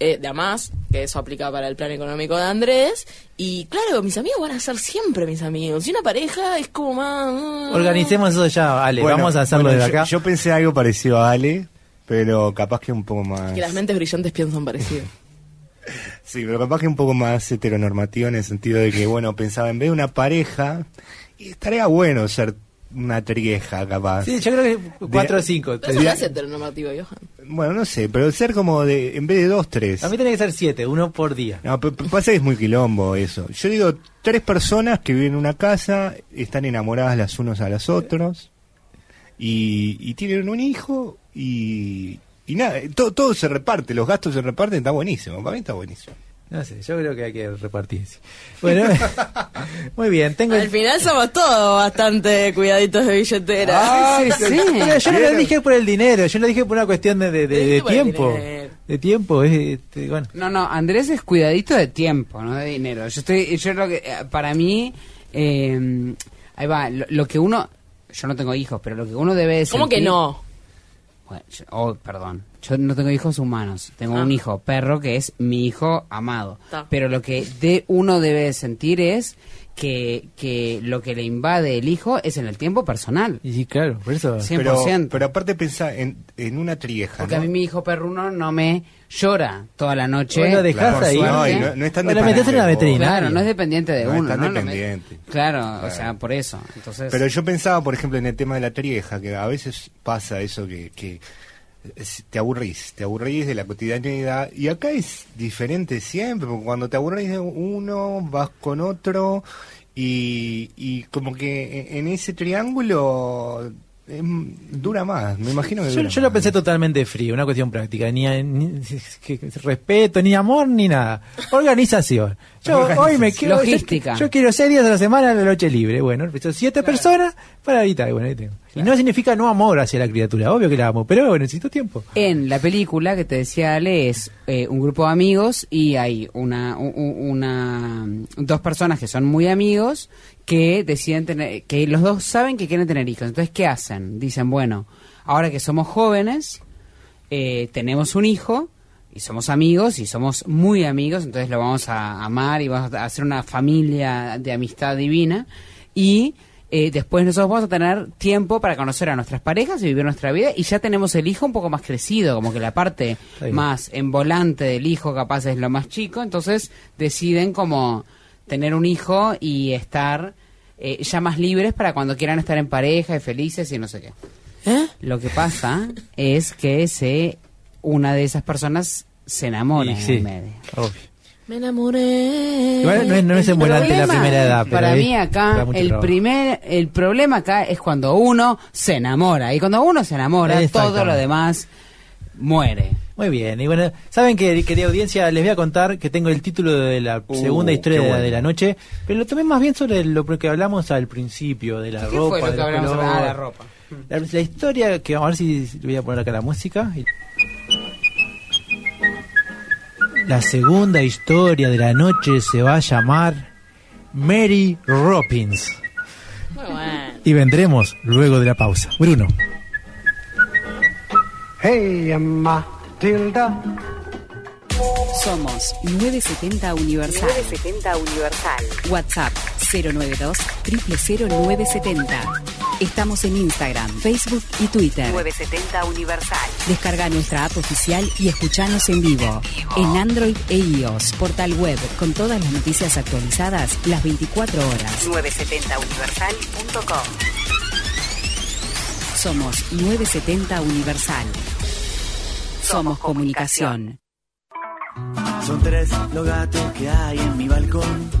[SPEAKER 7] eh, de a más, que eso aplica para el plan económico de Andrés, y claro, mis amigos van a ser siempre mis amigos, y una pareja es como más... mm,
[SPEAKER 8] Organicemos eso ya, Ale.
[SPEAKER 5] Bueno,
[SPEAKER 8] vamos a hacerlo
[SPEAKER 5] bueno,
[SPEAKER 8] de
[SPEAKER 5] yo-
[SPEAKER 8] acá.
[SPEAKER 5] yo, pensé algo parecido a Ale pero capaz que un poco más
[SPEAKER 7] Que las mentes brillantes piensan parecido.
[SPEAKER 5] Sí, pero capaz que un poco más heteronormativo en el sentido de que, bueno, pensaba en vez de una pareja, y estaría bueno ser una trieja, capaz.
[SPEAKER 8] Sí, yo creo que cuatro o cinco.
[SPEAKER 7] Pero eso no es heteronormativo, Johan.
[SPEAKER 5] Bueno, no sé, pero ser como de, en vez de dos, tres.
[SPEAKER 8] A mí tiene que ser siete, uno por día.
[SPEAKER 5] No, pe- pe- pasa que es muy quilombo eso. Yo digo, tres personas que viven en una casa, están enamoradas las unos a las otros, y, y tienen un hijo, eh, y, y nada, todo, todo se reparte, los gastos se reparten, está buenísimo, para mí está buenísimo.
[SPEAKER 4] No sé, yo creo que hay que repartirse. Bueno, [laughs] muy bien, tengo
[SPEAKER 7] Al
[SPEAKER 4] el...
[SPEAKER 7] final somos todos bastante cuidaditos de billetera.
[SPEAKER 4] Ah,
[SPEAKER 6] Sí,
[SPEAKER 4] [laughs]
[SPEAKER 6] sí.
[SPEAKER 4] Pero yo no lo dije por el dinero, yo lo dije por una cuestión de, de- de-
[SPEAKER 7] Lo
[SPEAKER 4] de
[SPEAKER 7] dije por el
[SPEAKER 4] tiempo.
[SPEAKER 7] dinero.
[SPEAKER 4] De tiempo, es, este, bueno.
[SPEAKER 6] No, no, Andrés es cuidadito de tiempo, no de dinero. Yo estoy, yo lo que, eh, para mí, eh, ahí va, lo, lo que uno, yo no tengo hijos, pero lo que uno debe de
[SPEAKER 7] ¿Cómo que
[SPEAKER 6] sentir-
[SPEAKER 7] no?
[SPEAKER 6] Bueno, yo- oh, perdón, yo no tengo hijos humanos, tengo
[SPEAKER 7] Ah.
[SPEAKER 6] un hijo perro que es mi hijo amado.
[SPEAKER 7] Ta.
[SPEAKER 6] Pero lo que de uno debe de sentir es que, que lo que le invade el hijo es en el tiempo personal.
[SPEAKER 4] Y sí, claro, por eso.
[SPEAKER 6] 100%.
[SPEAKER 5] Pero, pero aparte pensá en, en una trieja.
[SPEAKER 6] Porque
[SPEAKER 5] ¿no?
[SPEAKER 6] a mí mi hijo perruno no me llora toda la noche.
[SPEAKER 4] Vos lo dejás
[SPEAKER 6] por
[SPEAKER 4] ahí.
[SPEAKER 6] suerte.
[SPEAKER 5] No, y no- no es tan
[SPEAKER 4] Vos la metés en la
[SPEAKER 5] dependiente, vos.
[SPEAKER 4] veterinaria.
[SPEAKER 6] Claro, no es dependiente de
[SPEAKER 5] No,
[SPEAKER 6] uno.
[SPEAKER 5] están
[SPEAKER 6] ¿no? Lo me-
[SPEAKER 5] dependientes.
[SPEAKER 6] Claro, o
[SPEAKER 5] Claro.
[SPEAKER 6] sea, por eso. Entonces,
[SPEAKER 5] Pero yo pensaba, por ejemplo, en el tema de la trieja, que a veces pasa eso que, que es- te aburrís, te aburrís de la cotidianidad. Y acá es diferente siempre, porque cuando te aburrís de uno, vas con otro, y, y como que e-, en en ese triángulo em, dura más. Me imagino que
[SPEAKER 4] Yo,
[SPEAKER 5] dura
[SPEAKER 4] yo lo
[SPEAKER 5] más.
[SPEAKER 4] pensé totalmente frío, una cuestión práctica, ni, ni- que- que- respeto, ni amor, ni nada. Organización. Yo hoy me quiero... yo-
[SPEAKER 6] Logística.
[SPEAKER 4] Yo, quiero seis días a la semana en la noche libre. Bueno, son siete personas para evitar. Bueno, ahí tengo. Y no significa no amor hacia la criatura, obvio que la amo, pero bueno, necesito tiempo.
[SPEAKER 6] en la película que te decía Ale es eh, un grupo de amigos y hay una, u- u- una dos personas que son muy amigos que deciden tener, que los dos saben que quieren tener hijos. Entonces, ¿qué hacen? Dicen, bueno, ahora que somos jóvenes, eh, tenemos un hijo y somos amigos y somos muy amigos, entonces lo vamos a amar y vamos a hacer una familia de amistad divina y eh, después nosotros vamos a tener tiempo para conocer a nuestras parejas y vivir nuestra vida y ya tenemos el hijo un poco más crecido, como que la parte
[SPEAKER 4] Está bien.
[SPEAKER 6] más en volante del hijo capaz es lo más chico, entonces deciden como tener un hijo y estar eh, ya más libres para cuando quieran estar en pareja y felices y no sé qué.
[SPEAKER 7] ¿Eh?
[SPEAKER 6] Lo que pasa es que se, una de esas personas se enamora
[SPEAKER 4] Y
[SPEAKER 6] en
[SPEAKER 4] sí,
[SPEAKER 6] el medio.
[SPEAKER 4] obvio.
[SPEAKER 7] Me enamoré.
[SPEAKER 4] Igual no es- no es en volante la
[SPEAKER 6] Problema,
[SPEAKER 4] primera edad, pero
[SPEAKER 6] para
[SPEAKER 4] ahí
[SPEAKER 6] mí acá
[SPEAKER 4] da mucho
[SPEAKER 6] el
[SPEAKER 4] trabajo.
[SPEAKER 6] primer el problema acá es cuando uno se enamora y cuando uno se enamora
[SPEAKER 4] Exactamente.
[SPEAKER 6] todo lo demás muere.
[SPEAKER 4] Muy bien, y bueno, saben que, querida audiencia, les voy a contar que tengo el título de la
[SPEAKER 5] Uh,
[SPEAKER 4] segunda historia
[SPEAKER 5] qué
[SPEAKER 4] de la-
[SPEAKER 5] bueno.
[SPEAKER 4] de la noche, pero lo tomé más bien sobre lo que hablamos al principio, de la
[SPEAKER 6] ¿Qué
[SPEAKER 4] ropa.
[SPEAKER 6] fue lo
[SPEAKER 4] de
[SPEAKER 6] que
[SPEAKER 4] los
[SPEAKER 6] hablamos? Ah,
[SPEAKER 4] colores.
[SPEAKER 6] la ropa.
[SPEAKER 4] La, la historia que a ver si le voy a poner acá la música. y- La segunda historia de la noche se va a llamar Mary Robbins.
[SPEAKER 7] Muy bueno.
[SPEAKER 4] Y vendremos luego de la pausa. Bruno.
[SPEAKER 9] Hey, Matilda.
[SPEAKER 10] Somos 970 Universal.
[SPEAKER 11] 970 Universal.
[SPEAKER 10] WhatsApp 092 000970. Estamos en Instagram, Facebook y Twitter.
[SPEAKER 11] 970 Universal.
[SPEAKER 10] Descarga nuestra app oficial y escuchanos en vivo. En Android e iOS, portal web, con todas las noticias actualizadas las 24 horas.
[SPEAKER 11] 970universal.com.
[SPEAKER 10] Somos 970 Universal. Somos comunicación.
[SPEAKER 12] Son tres los gatos que hay en mi balcón.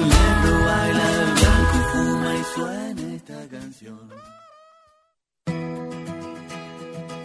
[SPEAKER 12] negro baila, el blanco fuma y suena esta canción.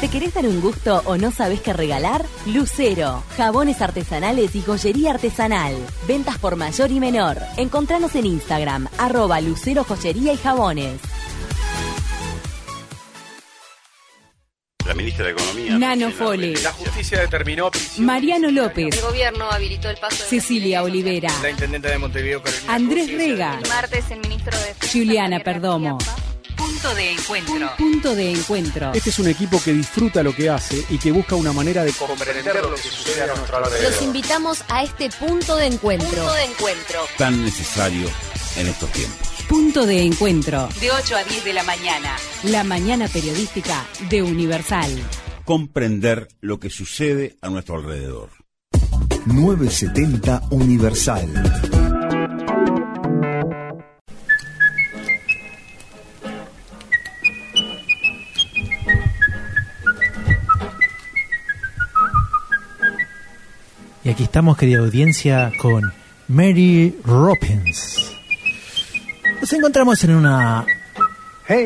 [SPEAKER 13] ¿Te querés dar un gusto o no sabes qué regalar? Lucero, jabones artesanales y joyería artesanal. Ventas por mayor y menor. Encontranos en Instagram, arroba Lucero Joyería y Jabones.
[SPEAKER 14] La ministra de Economía.
[SPEAKER 10] Nano Fole,
[SPEAKER 14] justicia determinó prisión.
[SPEAKER 10] Mariano López,
[SPEAKER 11] gobierno habilitó el paso
[SPEAKER 10] Cecilia Olivera,
[SPEAKER 14] intendente de Montevideo, Carolina
[SPEAKER 10] Andrés Rega,
[SPEAKER 11] martes el ministro de
[SPEAKER 10] Juliana Perdomo,
[SPEAKER 11] Punto de encuentro.
[SPEAKER 6] Punto de encuentro.
[SPEAKER 8] Este es un equipo que disfruta lo que hace y que busca una manera de comprender
[SPEAKER 15] lo que sucede a nuestro alrededor.
[SPEAKER 16] Los invitamos a este punto de encuentro.
[SPEAKER 11] Punto de encuentro.
[SPEAKER 2] tan necesario en estos tiempos.
[SPEAKER 6] Punto de encuentro.
[SPEAKER 11] De 8 a 10 de la mañana.
[SPEAKER 6] La mañana periodística de Universal.
[SPEAKER 2] Comprender lo que sucede a nuestro alrededor.
[SPEAKER 17] 970 Universal.
[SPEAKER 4] Y aquí estamos, querida audiencia, con Mary Robbins. Nos encontramos en una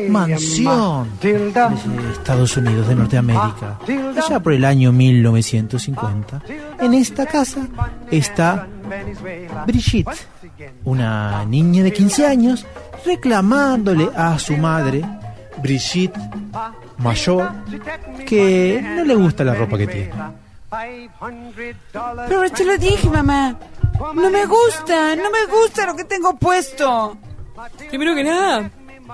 [SPEAKER 4] mansión de Estados Unidos, de Norteamérica. Allá por el año 1950. En esta casa está Brigitte, una niña de 15 años, reclamándole a su madre, Brigitte, mayor, que no le gusta la ropa que tiene.
[SPEAKER 13] Pero te lo dije, mamá. No me gusta, no me gusta lo que tengo puesto.
[SPEAKER 7] Primero que nada,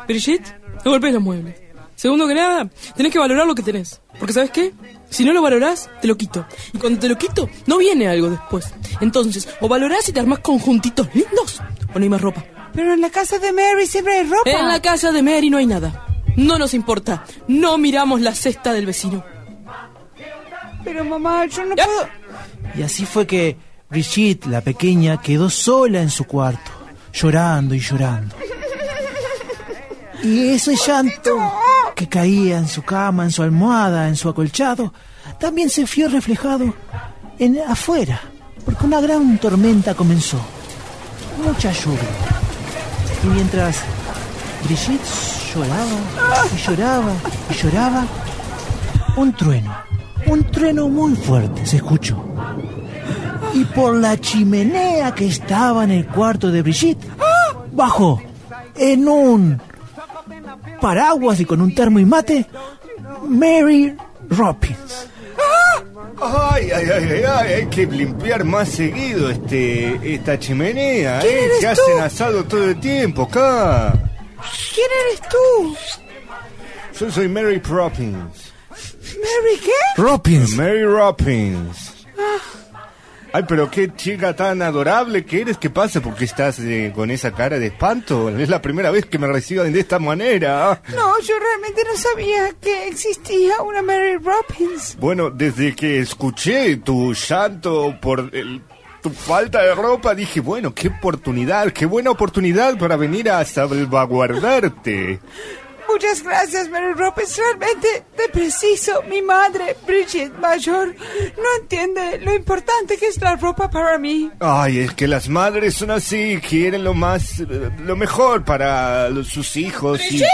[SPEAKER 7] Brigitte, no golpes los muebles. Segundo que nada, tenés que valorar lo que tenés. Porque ¿sabes qué? Si no lo valorás, te lo quito. Y cuando te lo quito, no viene algo después. Entonces, o valorás y te armás conjuntitos lindos, o no hay más ropa.
[SPEAKER 13] Pero en la casa de Mary siempre hay ropa.
[SPEAKER 7] En la casa de Mary no hay nada. No nos importa. No miramos la cesta del vecino.
[SPEAKER 13] Pero mamá, yo no puedo.
[SPEAKER 4] Y así fue que Brigitte, la pequeña, quedó sola en su cuarto, llorando y llorando. Y ese llanto que caía en su cama, en su almohada, en su acolchado, también se vio reflejado en afuera, porque una gran tormenta comenzó. Mucha lluvia. Y mientras Brigitte lloraba y lloraba y lloraba, un trueno, un trueno muy fuerte se escuchó. Y por la chimenea que estaba en el cuarto de Brigitte, ¡ah! bajó en un paraguas y con un termo y mate, Mary Robbins.
[SPEAKER 13] ¡Ah!
[SPEAKER 5] Ay, ay, ay, ay, ay, hay que limpiar más seguido este esta chimenea,
[SPEAKER 13] ¿Quién
[SPEAKER 5] ¿eh?
[SPEAKER 13] eres
[SPEAKER 5] Que
[SPEAKER 13] tú?
[SPEAKER 5] hacen asado todo el tiempo acá.
[SPEAKER 13] ¿Quién eres tú?
[SPEAKER 5] Yo soy Mary Proppins.
[SPEAKER 13] ¿Mary qué?
[SPEAKER 4] Robbins.
[SPEAKER 5] Mary Robbins. Ay, pero qué chica tan adorable que eres. ¿Qué pasa? ¿Por qué estás eh, con esa cara de espanto? Es la primera vez que me reciben de esta manera.
[SPEAKER 13] No, yo realmente no sabía que existía una Mary Robbins.
[SPEAKER 5] Bueno, desde que escuché tu llanto por el- tu falta de ropa, dije, bueno, qué oportunidad, qué buena oportunidad para venir a salvaguardarte.
[SPEAKER 13] Muchas gracias, Mary Robbins. Realmente te preciso. Mi madre, Bridget Mayor, no entiende lo importante que es la ropa para mí.
[SPEAKER 5] Ay, es que las madres son así, quieren lo más, eh, lo mejor para los- sus hijos. y-
[SPEAKER 7] Eh,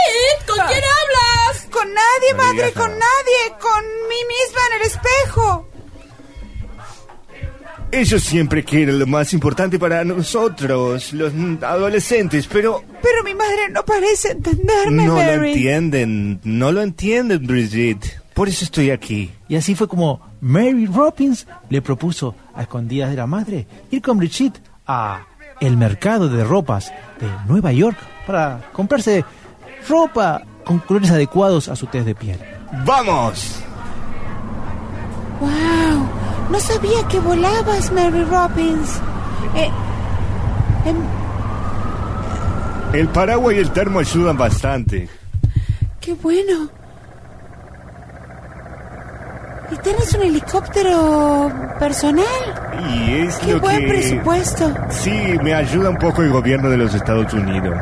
[SPEAKER 13] ¿con quién hablas? Con nadie,
[SPEAKER 5] No
[SPEAKER 13] madre,
[SPEAKER 5] digas
[SPEAKER 13] con
[SPEAKER 5] nada.
[SPEAKER 13] nadie, con mí misma en el espejo.
[SPEAKER 5] Ellos siempre quieren lo más importante para nosotros, los mm, adolescentes, pero
[SPEAKER 13] Pero mi madre no parece entenderme,
[SPEAKER 5] no lo
[SPEAKER 13] Mary.
[SPEAKER 5] entienden, no lo entienden, Brigitte. Por eso estoy aquí.
[SPEAKER 4] Y así fue como Mary Robbins le propuso a escondidas de la madre ir con Brigitte a el mercado de ropas de Nueva York para comprarse ropa con colores adecuados a su tez de piel.
[SPEAKER 5] ¡Vamos!
[SPEAKER 13] ¡Wow! No sabía que volabas, Mary Robbins. Eh, em,
[SPEAKER 5] El paraguas y el termo ayudan bastante.
[SPEAKER 13] ¡Qué bueno! ¿Y tienes un helicóptero personal?
[SPEAKER 5] Y es
[SPEAKER 13] ¡Qué
[SPEAKER 5] lo
[SPEAKER 13] buen
[SPEAKER 5] que...
[SPEAKER 13] presupuesto!
[SPEAKER 5] Sí, me ayuda un poco el gobierno de los Estados Unidos.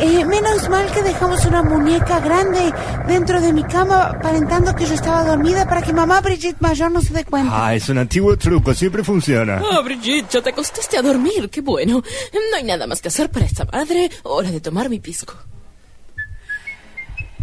[SPEAKER 13] Eh, menos mal que dejamos una muñeca grande dentro de mi cama, aparentando que yo estaba dormida para que mamá Brigitte Mayor no se dé cuenta.
[SPEAKER 5] Ah, es un antiguo truco, siempre
[SPEAKER 13] [laughs]
[SPEAKER 5] funciona.
[SPEAKER 7] Oh,
[SPEAKER 18] Ah, Brigitte, ya te acostaste a dormir, qué bueno. No hay nada más que hacer para esta madre. Hora de tomar mi pisco.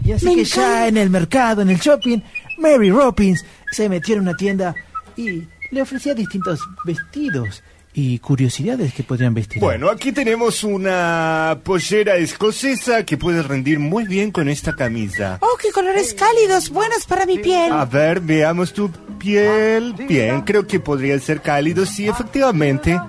[SPEAKER 4] Y así
[SPEAKER 18] Me
[SPEAKER 4] que
[SPEAKER 18] encanta.
[SPEAKER 4] ya en el mercado, en el shopping, Mary Robbins se metió en una tienda y le ofrecía distintos vestidos y curiosidades que podrían vestir.
[SPEAKER 5] Bueno, aquí tenemos una pollera escocesa que puede rendir muy bien con esta camisa.
[SPEAKER 13] ¡Oh, qué colores cálidos, buenos para mi piel!
[SPEAKER 5] A ver, veamos tu piel. Bien, creo que podría ser cálido, sí, efectivamente.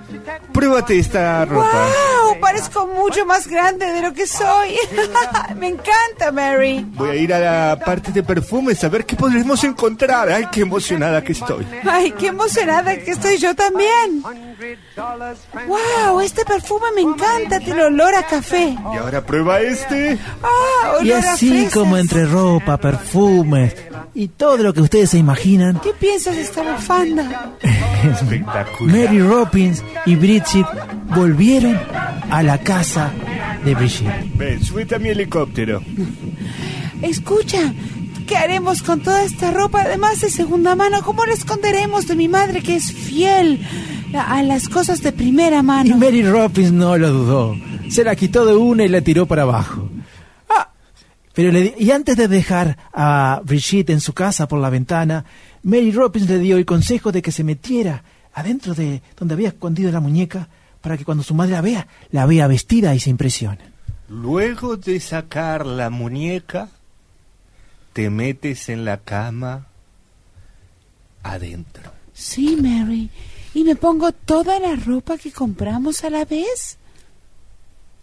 [SPEAKER 5] Pruébate esta ropa.
[SPEAKER 13] ¡Wow!
[SPEAKER 19] parezco mucho más grande de lo que soy. [laughs] Me encanta, Mary.
[SPEAKER 5] Voy a ir a la parte de perfumes a ver qué podremos encontrar. Ay, qué emocionada que estoy.
[SPEAKER 19] Ay, qué emocionada que estoy yo también. Wow, este perfume me encanta, tiene olor a café.
[SPEAKER 5] Y ahora prueba este.
[SPEAKER 19] Ah, olor
[SPEAKER 4] Y
[SPEAKER 19] a
[SPEAKER 4] así
[SPEAKER 19] fresas.
[SPEAKER 4] como entre ropa, perfumes y todo lo que ustedes se imaginan,
[SPEAKER 19] ¿Qué piensas de esta bufanda?
[SPEAKER 4] Mary Robbins y Bridget volvieron a la casa de Brigitte.
[SPEAKER 5] Ven, súbete a mi helicóptero.
[SPEAKER 19] Escucha, ¿qué haremos con toda esta ropa? Además de segunda mano, ¿cómo la esconderemos de mi madre que es fiel a, a las cosas de primera mano?
[SPEAKER 4] Y Mary Robbins no lo dudó. Se la quitó de una y la tiró para abajo. Ah, Pero le di- y antes de dejar a Brigitte en su casa por la ventana, Mary Robbins le dio el consejo de que se metiera adentro de donde había escondido la muñeca para que cuando su madre la vea, la vea vestida y se impresione.
[SPEAKER 5] Luego de sacar la muñeca, te metes en la cama adentro.
[SPEAKER 19] Sí, Mary. ¿Y me pongo toda la ropa que compramos a la vez?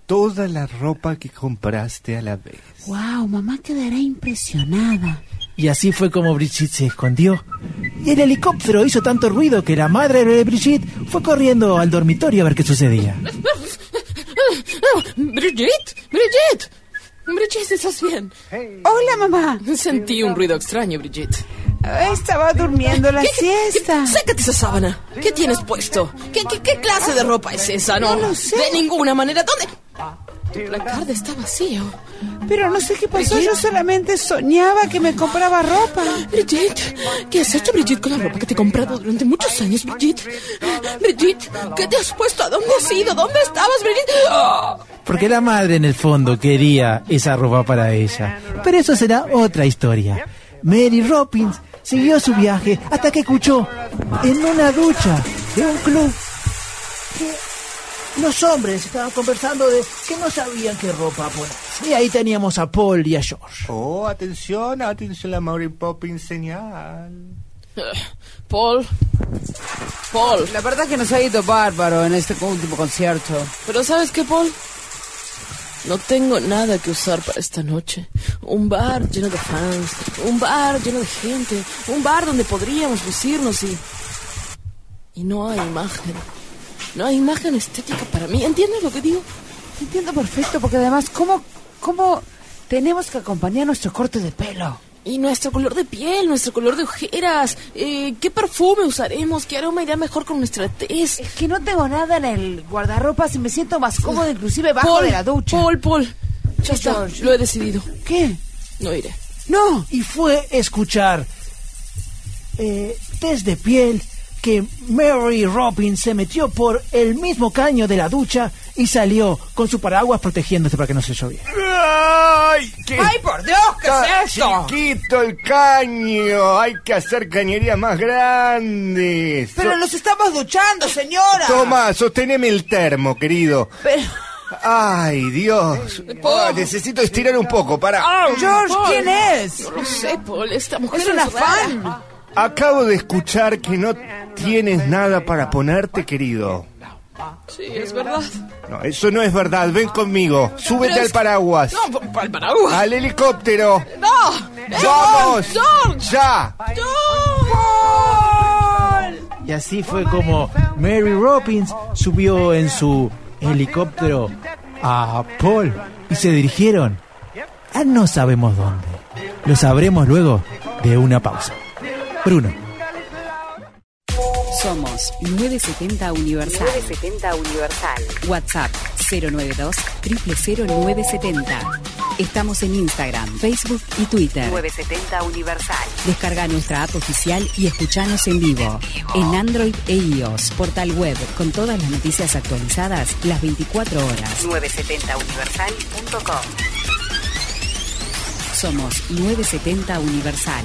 [SPEAKER 5] Toda la ropa que compraste a la vez.
[SPEAKER 19] Wow, mamá quedará impresionada.
[SPEAKER 4] Y así fue como Brigitte se escondió. Y el helicóptero hizo tanto ruido que la madre de Brigitte fue corriendo al dormitorio a ver qué sucedía.
[SPEAKER 7] Brigitte, Brigitte. Brigitte, ¿estás bien?
[SPEAKER 19] Hola, mamá. Eh,
[SPEAKER 7] Sentí un ruido extraño, Brigitte.
[SPEAKER 19] Estaba durmiendo la
[SPEAKER 7] ¿Qué- qué-
[SPEAKER 19] siesta.
[SPEAKER 7] qué- Sácate esa sábana. ¿Qué tienes puesto? ¿Qué, qué, qué clase de ropa es esa? No, no sé. De ninguna manera. ¿Dónde? El placard está vacío.
[SPEAKER 19] Pero no sé qué pasó, yo solamente soñaba que me compraba ropa.
[SPEAKER 7] Brigitte, ¿qué has hecho, Brigitte, con la ropa que te he comprado durante muchos años, Brigitte? Brigitte, ¿qué te has puesto? ¿A dónde has ido? ¿Dónde estabas, Brigitte? ¡Ah!
[SPEAKER 4] Porque la madre en el fondo quería esa ropa para ella. Pero eso será otra historia. Mary Robbins siguió su viaje hasta que escuchó en una ducha de un club que los hombres estaban conversando de que no sabían qué ropa poner. Y ahí teníamos a Paul y a George.
[SPEAKER 5] Oh, atención, atención, la Mary Poppins señal.
[SPEAKER 7] Eh, Paul. Paul.
[SPEAKER 6] La verdad que nos ha ido bárbaro en este último concierto.
[SPEAKER 7] Pero ¿sabes qué, Paul? No tengo nada que usar para esta noche. Un bar lleno de fans, un bar lleno de gente, un bar donde podríamos lucirnos y... Y no hay imagen. No hay imagen estética para mí. ¿Entiendes lo que digo?
[SPEAKER 19] Entiendo perfecto, porque además, ¿cómo, cómo tenemos que acompañar nuestro corte de pelo?
[SPEAKER 7] Y nuestro color de piel, nuestro color de ojeras, eh, qué perfume usaremos, qué aroma irá mejor con nuestra tez.
[SPEAKER 19] Es que no tengo nada en el guardarropa, si me siento más cómodo, inclusive bajo
[SPEAKER 7] Paul,
[SPEAKER 19] de la ducha. Este
[SPEAKER 7] Paul, Paul. Ya está, lo he decidido.
[SPEAKER 19] ¿Qué?
[SPEAKER 7] No iré.
[SPEAKER 4] No. Y fue escuchar eh, test de piel que Mary Robbins se metió por el mismo caño de la ducha y salió con su paraguas protegiéndose para que no se Ah, lloviera.
[SPEAKER 5] ¡Ay! ¿qué
[SPEAKER 19] ¡Ay, por Dios! ¿Qué
[SPEAKER 5] está
[SPEAKER 19] es esto?
[SPEAKER 5] Chiquito el caño. Hay que hacer cañerías más grandes.
[SPEAKER 19] Pero
[SPEAKER 5] So-
[SPEAKER 19] nos estamos duchando, señora.
[SPEAKER 5] Toma, sosteneme el termo, querido.
[SPEAKER 19] Pero...
[SPEAKER 5] Ay, Dios. Ah, necesito estirar un poco,
[SPEAKER 7] Ah.
[SPEAKER 5] para.
[SPEAKER 19] George,
[SPEAKER 7] Paul.
[SPEAKER 19] ¿quién es?
[SPEAKER 7] No lo sé, Paul. Esta mujer
[SPEAKER 19] Es una
[SPEAKER 7] rara.
[SPEAKER 19] fan.
[SPEAKER 5] Acabo de escuchar que no tienes nada para ponerte, querido.
[SPEAKER 7] Sí, es verdad.
[SPEAKER 5] No, eso no es verdad. Ven conmigo. Súbete
[SPEAKER 7] Pero
[SPEAKER 5] al
[SPEAKER 7] es-
[SPEAKER 5] paraguas.
[SPEAKER 7] No, pa- para el paraguas.
[SPEAKER 5] Al helicóptero.
[SPEAKER 7] ¡No! ¡Eh,
[SPEAKER 5] ¡Vamos!
[SPEAKER 7] ¡George!
[SPEAKER 5] ¡Ya!
[SPEAKER 4] Y así fue como Mary Robbins subió en su helicóptero a Paul y se dirigieron a no sabemos dónde. Lo sabremos luego de una pausa. Bruno.
[SPEAKER 13] Somos 970 Universal. 970 Universal. WhatsApp 092 970. Estamos en Instagram, Facebook y Twitter.
[SPEAKER 20] 970 Universal.
[SPEAKER 13] Descarga nuestra app oficial y escuchanos en vivo. En Android e iOS, portal web, con todas las noticias actualizadas las 24 horas.
[SPEAKER 20] 970universal.com.
[SPEAKER 13] Somos 970 Universal.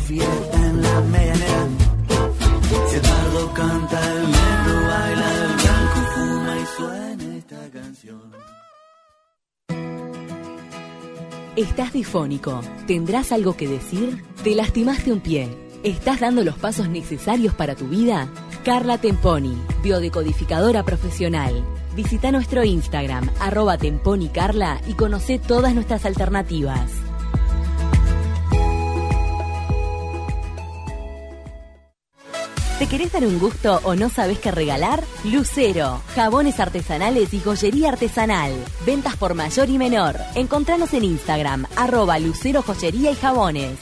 [SPEAKER 21] fiel en la medianera. Si el pardo canta, el negro baila, el blanco fuma y suena esta canción.
[SPEAKER 22] Estás difónico. ¿Tendrás algo que decir? ¿Te lastimaste un pie? ¿Estás dando los pasos necesarios para tu vida? Carla Temponi, biodecodificadora profesional. Visita nuestro Instagram, arroba Temponi Carla, y conoce todas nuestras alternativas. ¿Te querés dar un gusto o no sabes qué regalar? Lucero, jabones artesanales y joyería artesanal. Ventas por mayor y menor. Encontranos en Instagram, arroba Lucero Joyería y Jabones.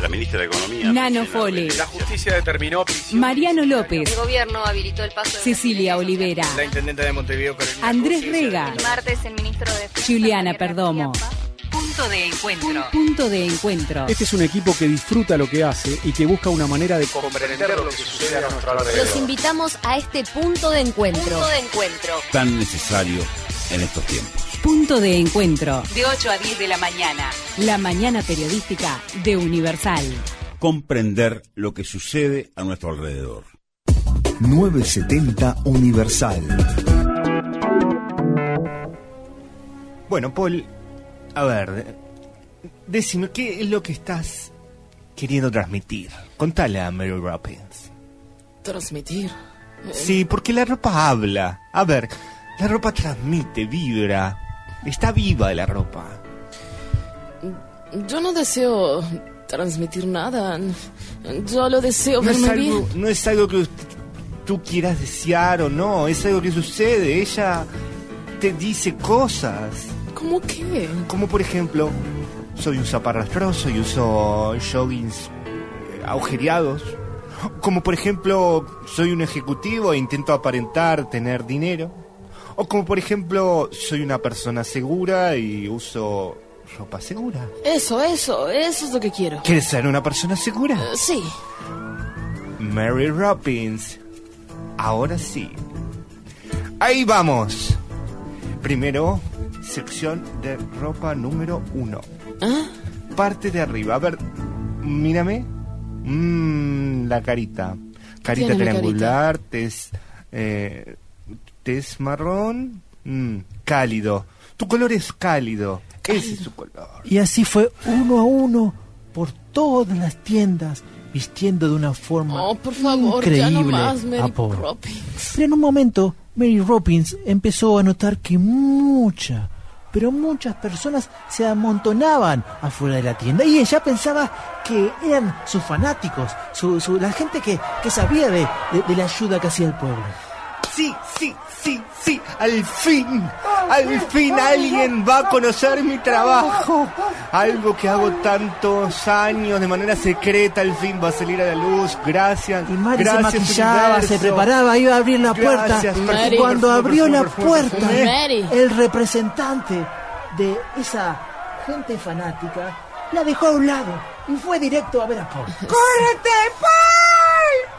[SPEAKER 23] La ministra de Economía.
[SPEAKER 13] Nano
[SPEAKER 23] Cristina
[SPEAKER 13] Fole.
[SPEAKER 23] Fernández. La justicia determinó prisión.
[SPEAKER 13] Mariano López,
[SPEAKER 11] gobierno habilitó el paso
[SPEAKER 13] Cecilia Olivera,
[SPEAKER 23] La intendente de Montevideo, Carolina
[SPEAKER 13] Andrés
[SPEAKER 23] Cusi, se
[SPEAKER 13] Rega,
[SPEAKER 11] martes el ministro de
[SPEAKER 13] Juliana Perdomo.
[SPEAKER 20] Punto de encuentro.
[SPEAKER 13] Punto de encuentro.
[SPEAKER 24] Este es un equipo que disfruta lo que hace y que busca una manera de
[SPEAKER 23] comprender lo que sucede a nuestro alrededor.
[SPEAKER 25] Los invitamos a este punto de encuentro.
[SPEAKER 20] Punto de encuentro.
[SPEAKER 2] tan necesario en estos tiempos.
[SPEAKER 13] Punto de encuentro.
[SPEAKER 20] De 8 a 10 de la mañana.
[SPEAKER 13] La mañana periodística de Universal.
[SPEAKER 2] Comprender lo que sucede a nuestro alrededor.
[SPEAKER 26] 970 Universal.
[SPEAKER 5] Bueno, Paul, a ver, decime, ¿qué es lo que estás queriendo transmitir? Contale a Mary Robbins.
[SPEAKER 7] Transmitir.
[SPEAKER 5] Sí, porque la ropa habla. A ver, la ropa transmite, vibra. Está viva la ropa.
[SPEAKER 7] Yo no deseo transmitir nada. Yo lo deseo
[SPEAKER 5] No es
[SPEAKER 7] verme
[SPEAKER 5] algo,
[SPEAKER 7] bien.
[SPEAKER 5] no es algo que usted- tú quieras desear o no, es algo que sucede. Ella te dice cosas.
[SPEAKER 7] ¿Cómo qué?
[SPEAKER 5] Como por ejemplo, soy un zaparrastroso y uso joggings eh, agujereados. Como por ejemplo, soy un ejecutivo e intento aparentar tener dinero. O como por ejemplo, soy una persona segura y uso ropa segura.
[SPEAKER 7] Eso, eso, eso es lo que quiero.
[SPEAKER 5] ¿Quieres ser una persona segura?
[SPEAKER 7] Eh, Sí.
[SPEAKER 5] Mary Robbins. Ahora sí. Ahí vamos. Primero, sección de ropa número uno. Parte de arriba. A ver, mírame. Mm, la carita. Carita
[SPEAKER 7] Tiene mi
[SPEAKER 5] triangular, tez, eh, tez marrón, Mm, cálido. Tu color es cálido. Ese es su color.
[SPEAKER 4] Y así fue uno a uno por todas las tiendas, vistiendo de una forma
[SPEAKER 7] Oh, por favor, ya no
[SPEAKER 4] increíble Ah,
[SPEAKER 7] más, Mary
[SPEAKER 4] a Paul.
[SPEAKER 7] Robbins.
[SPEAKER 4] Pero en un momento, Mary Robbins empezó a notar que mucha, pero muchas personas se amontonaban afuera de la tienda y ella pensaba que eran sus fanáticos, su, su- la gente que, que sabía de, de- de la ayuda que hacía el pueblo.
[SPEAKER 5] Sí, sí, sí, sí, al fin, al fin alguien va a conocer mi trabajo. Algo que hago tantos años de manera secreta, al fin va a salir a la luz. Gracias. Y
[SPEAKER 4] Mari se
[SPEAKER 5] gracias,
[SPEAKER 4] maquillaba, se preparaba, iba a abrir la puerta.
[SPEAKER 5] Gracias,
[SPEAKER 4] y
[SPEAKER 5] perfume,
[SPEAKER 4] cuando
[SPEAKER 5] perfume,
[SPEAKER 4] abrió
[SPEAKER 5] perfume,
[SPEAKER 4] la
[SPEAKER 5] perfume,
[SPEAKER 4] puerta,
[SPEAKER 5] perfume.
[SPEAKER 4] el representante de esa gente fanática la dejó a un lado y fue directo a ver a Paul.
[SPEAKER 19] ¡Córrete,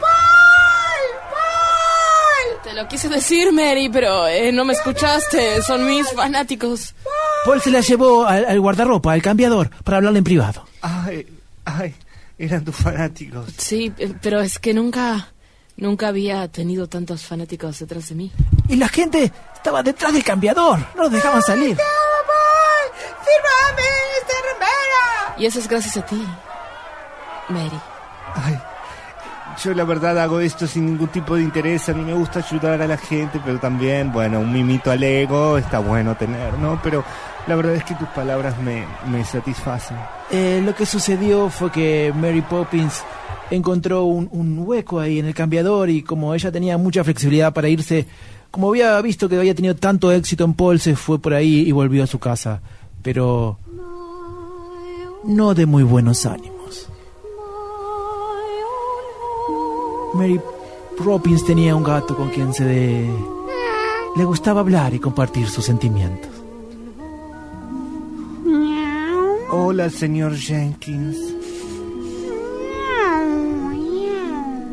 [SPEAKER 19] Paul! ¡Paul! ¡Paul!
[SPEAKER 7] Te lo quise decir, Mary, pero eh, no me escuchaste. Son mis fanáticos.
[SPEAKER 4] Paul se la llevó al, al guardarropa, al cambiador, para hablarle en privado.
[SPEAKER 5] Ay, ay, eran tus fanáticos.
[SPEAKER 7] Sí, eh, pero es que nunca, nunca había tenido tantos fanáticos detrás de mí.
[SPEAKER 4] Y la gente estaba detrás del cambiador, no los dejaban salir.
[SPEAKER 19] ¡Fírmame esta remera!
[SPEAKER 7] Y eso es gracias a ti, Mary.
[SPEAKER 5] Yo la verdad hago esto sin ningún tipo de interés, a mí me gusta ayudar a la gente, pero también, bueno, un mimito al ego está bueno tener, ¿no? Pero la verdad es que tus palabras me, me satisfacen.
[SPEAKER 4] Eh, lo que sucedió fue que Mary Poppins encontró un, un hueco ahí en el cambiador y como ella tenía mucha flexibilidad para irse, como había visto que había tenido tanto éxito en Paul, se fue por ahí y volvió a su casa. Pero no de muy buenos ánimos. Mary Robbins tenía un gato con quien se de- le gustaba hablar y compartir sus sentimientos.
[SPEAKER 5] Hola, señor Jenkins.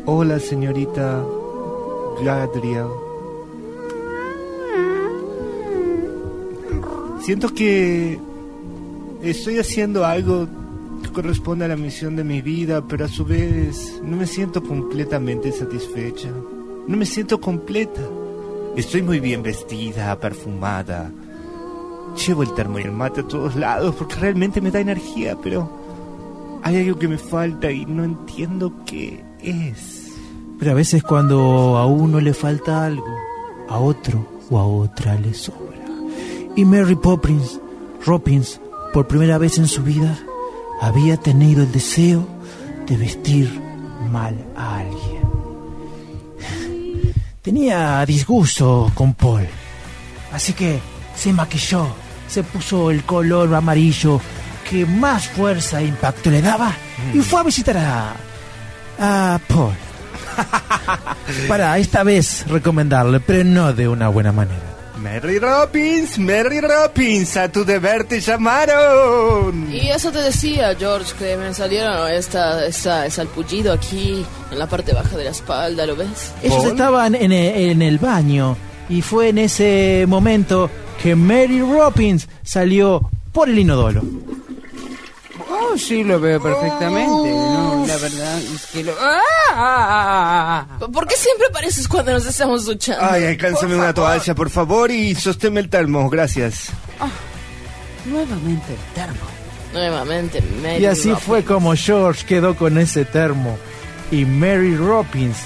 [SPEAKER 5] Hola, señorita Gladriel. Siento que estoy haciendo algo que corresponde a la misión de mi vida, pero a su vez no me siento completamente satisfecha. No me siento completa. Estoy muy bien vestida, perfumada. Llevo el termo y el mate a todos lados porque realmente me da energía, pero hay algo que me falta y no entiendo qué es.
[SPEAKER 4] Pero a veces cuando a uno le falta algo, a otro o a otra le sobra. Y Mary Poppins, Robbins, por primera vez en su vida, había tenido el deseo de vestir mal a alguien. [sighs] Tenía disgusto con Paul, así que se maquilló, se puso el color amarillo que más fuerza e impacto le daba y fue a visitar a, a Paul. Para esta vez recomendarle, pero no de una buena manera.
[SPEAKER 5] Mary Robbins, Mary Robbins, a tu deber te llamaron.
[SPEAKER 7] Y eso te decía, George, que me salieron esta, esta, salpullido aquí en la parte baja de la espalda, ¿lo ves?
[SPEAKER 4] Ellos estaban en e- en el baño y fue en ese momento que Mary Robbins salió por el inodoro.
[SPEAKER 6] Oh, sí, lo veo perfectamente. No, la verdad es que lo. ¡Ah!
[SPEAKER 7] ¿Por qué siempre apareces cuando nos estamos duchando?
[SPEAKER 5] Ay, alcánzame una toalla, por favor, y sosténme el termo, gracias.
[SPEAKER 6] ah. Nuevamente el termo.
[SPEAKER 7] Nuevamente, Mary
[SPEAKER 4] Y así
[SPEAKER 7] Robbins.
[SPEAKER 4] fue como George quedó con ese termo y Mary Robbins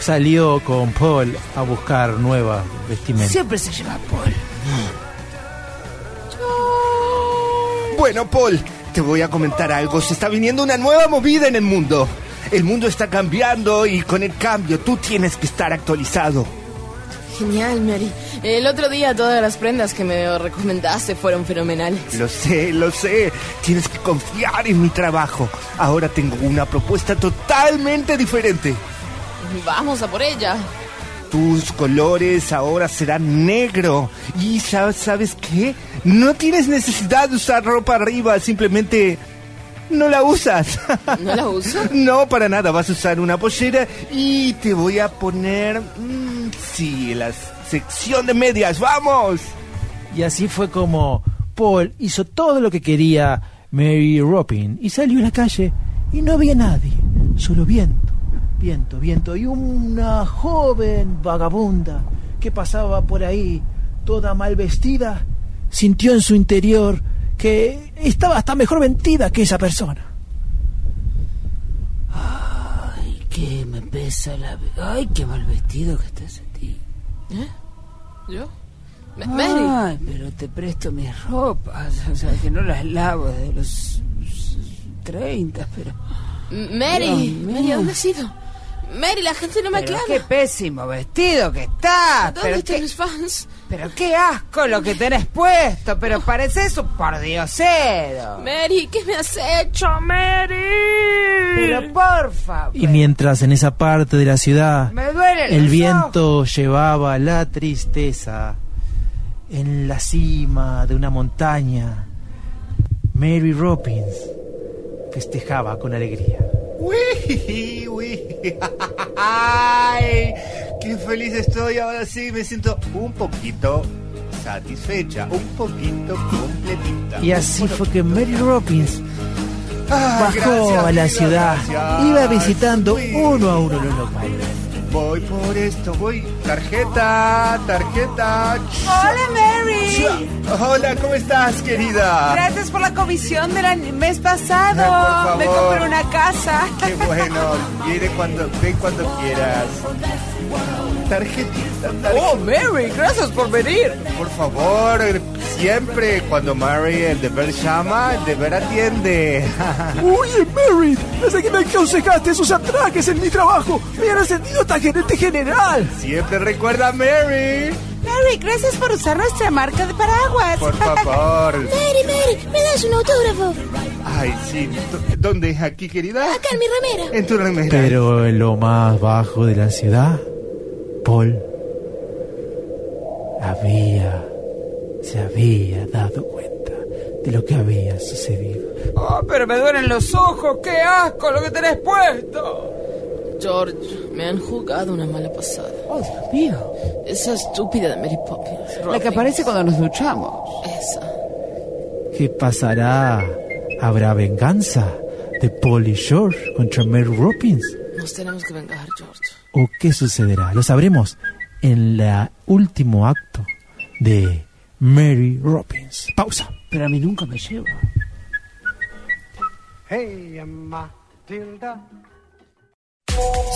[SPEAKER 4] salió con Paul a buscar nuevas vestimentas.
[SPEAKER 19] Siempre se lleva Paul.
[SPEAKER 5] Bueno, Paul, te voy a comentar algo. Se está viniendo una nueva movida en el mundo. El mundo está cambiando y con el cambio tú tienes que estar actualizado.
[SPEAKER 7] Genial, Mary. El otro día todas las prendas que me recomendaste fueron fenomenales.
[SPEAKER 5] Lo sé, lo sé. Tienes que confiar en mi trabajo. Ahora tengo una propuesta totalmente diferente.
[SPEAKER 7] Vamos a por ella.
[SPEAKER 5] Tus colores ahora serán negro. Y ya sabes qué? No tienes necesidad de usar ropa arriba, simplemente no la usas. [laughs]
[SPEAKER 7] ¿No la uso?
[SPEAKER 5] no, para nada. Vas a usar una pollera y te voy a poner... mm, sí, la sección de medias. ¡Vamos!
[SPEAKER 4] Y así fue como Paul hizo todo lo que quería Mary Robbins y salió a la calle y no había nadie, solo viento, viento, viento y una joven vagabunda que pasaba por ahí toda mal vestida sintió en su interior que estaba hasta mejor vestida que esa persona.
[SPEAKER 19] Ay, que me pesa la. Ay, qué mal vestido que estás a ti.
[SPEAKER 7] ¿Yo? Me- Mary.
[SPEAKER 4] Ah.
[SPEAKER 19] Ay, pero te presto mis ropas. O sea, que no las lavo desde los 30, pero.
[SPEAKER 7] M- Mary,
[SPEAKER 19] Dios
[SPEAKER 7] Mary,
[SPEAKER 19] mío.
[SPEAKER 7] ¿a dónde has ido? Mary, la gente
[SPEAKER 6] Ah,
[SPEAKER 7] no me
[SPEAKER 19] Pero
[SPEAKER 7] aclara.
[SPEAKER 19] qué pésimo vestido que está.
[SPEAKER 7] ¿Dónde
[SPEAKER 19] Pero
[SPEAKER 7] están
[SPEAKER 19] qué,
[SPEAKER 7] los fans?
[SPEAKER 19] pero qué asco lo que tenés puesto. Pero parece eso por diosero.
[SPEAKER 7] Mary, ¿qué me has hecho, Mary?
[SPEAKER 19] Pero por favor.
[SPEAKER 4] Y mientras en esa parte de la ciudad
[SPEAKER 19] Me duelen
[SPEAKER 4] el
[SPEAKER 19] los
[SPEAKER 4] viento llevaba la tristeza en la cima de una montaña, Mary Robbins festejaba con alegría.
[SPEAKER 5] Uy, [laughs] uy. Ay, qué feliz estoy ahora sí, me siento un poquito satisfecha, un poquito completita.
[SPEAKER 4] Y así fue que Mary Robbins
[SPEAKER 5] Ay,
[SPEAKER 4] bajó
[SPEAKER 5] gracias,
[SPEAKER 4] a la
[SPEAKER 5] vida,
[SPEAKER 4] ciudad,
[SPEAKER 5] gracias.
[SPEAKER 4] iba visitando
[SPEAKER 5] Uy.
[SPEAKER 4] uno a uno los locales.
[SPEAKER 5] Voy por esto, voy. Tarjeta, tarjeta.
[SPEAKER 19] Hola, Mary.
[SPEAKER 5] Hola, ¿cómo estás, querida?
[SPEAKER 19] Gracias por la comisión del an- mes pasado.
[SPEAKER 5] Ay, por
[SPEAKER 19] Me
[SPEAKER 5] favor.
[SPEAKER 19] compré una casa.
[SPEAKER 5] Qué bueno, viene cuando, ven cuando quieras. Tarjetita, tarjetita.
[SPEAKER 19] Oh, Mary, gracias por venir.
[SPEAKER 5] Por favor, siempre cuando Mary el deber llama, el deber atiende. [laughs]
[SPEAKER 4] Oye, Mary, desde que me aconsejaste esos atraques en mi trabajo, me han ascendido hasta gerente general.
[SPEAKER 5] siempre recuerda a Mary.
[SPEAKER 19] La
[SPEAKER 6] Mary, gracias por usar nuestra marca de paraguas.
[SPEAKER 5] Por
[SPEAKER 19] [laughs]
[SPEAKER 5] favor.
[SPEAKER 27] Mary, Mary, ¿me das un autógrafo?
[SPEAKER 5] Ay, sí. ¿Dó- ¿Dónde es aquí, querida?
[SPEAKER 27] Acá en mi remera.
[SPEAKER 5] En tu remera.
[SPEAKER 28] Pero en lo más bajo de la ciudad, Paul había, se había dado cuenta de lo que había sucedido.
[SPEAKER 6] Oh, pero me duelen los ojos. ¡Qué asco lo que tenés puesto!
[SPEAKER 7] George, me han jugado una mala pasada.
[SPEAKER 6] Oh, Dios mío.
[SPEAKER 7] Esa estúpida de Mary Poppins.
[SPEAKER 29] La que aparece cuando nos duchamos.
[SPEAKER 7] Esa.
[SPEAKER 28] ¿Qué pasará? ¿Habrá venganza de Paul y George contra Mary Robbins?
[SPEAKER 7] Nos tenemos que vengar, George.
[SPEAKER 28] ¿O qué sucederá? Lo sabremos en el último acto de Mary Robbins. Pausa.
[SPEAKER 29] Pero a mí nunca me lleva.
[SPEAKER 8] Hey, Matilda.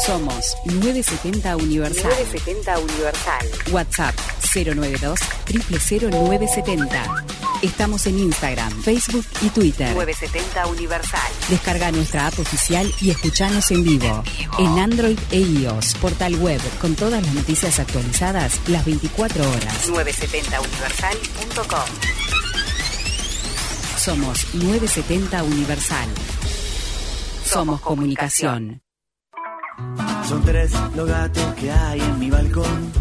[SPEAKER 13] Somos 970 Universal.
[SPEAKER 30] 970 Universal.
[SPEAKER 13] WhatsApp 092 000970. Estamos en Instagram, Facebook y Twitter.
[SPEAKER 30] 970 Universal.
[SPEAKER 13] Descarga nuestra app oficial y escuchanos en vivo. En Android e iOS, portal web, con todas las noticias actualizadas las 24 horas.
[SPEAKER 30] 970universal.com.
[SPEAKER 13] Somos 970 Universal. Somos comunicación.
[SPEAKER 31] Son tres los gatos que hay en mi balcón.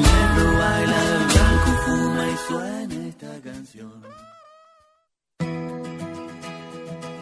[SPEAKER 31] negro baila, el blanco fuma y suena esta canción.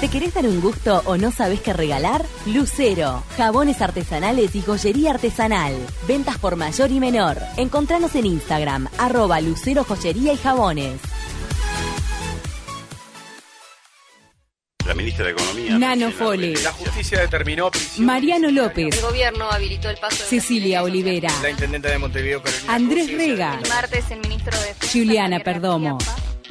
[SPEAKER 30] ¿Te querés dar un gusto o no sabes qué regalar? Lucero, jabones artesanales y joyería artesanal. Ventas por mayor y menor. Encontranos en Instagram, arroba Lucero Joyería y Jabones.
[SPEAKER 32] La ministra de Economía.
[SPEAKER 13] Nano Fole,
[SPEAKER 32] La justicia determinó prisión.
[SPEAKER 13] Mariano López,
[SPEAKER 11] El gobierno habilitó el paso de
[SPEAKER 13] Cecilia Olivera,
[SPEAKER 32] La intendente de Montevideo, Carolina.
[SPEAKER 13] Andrés
[SPEAKER 32] Cruz,
[SPEAKER 13] Rega,
[SPEAKER 11] El martes el ministro de Defensa,
[SPEAKER 13] Juliana
[SPEAKER 11] Javier
[SPEAKER 13] Perdomo.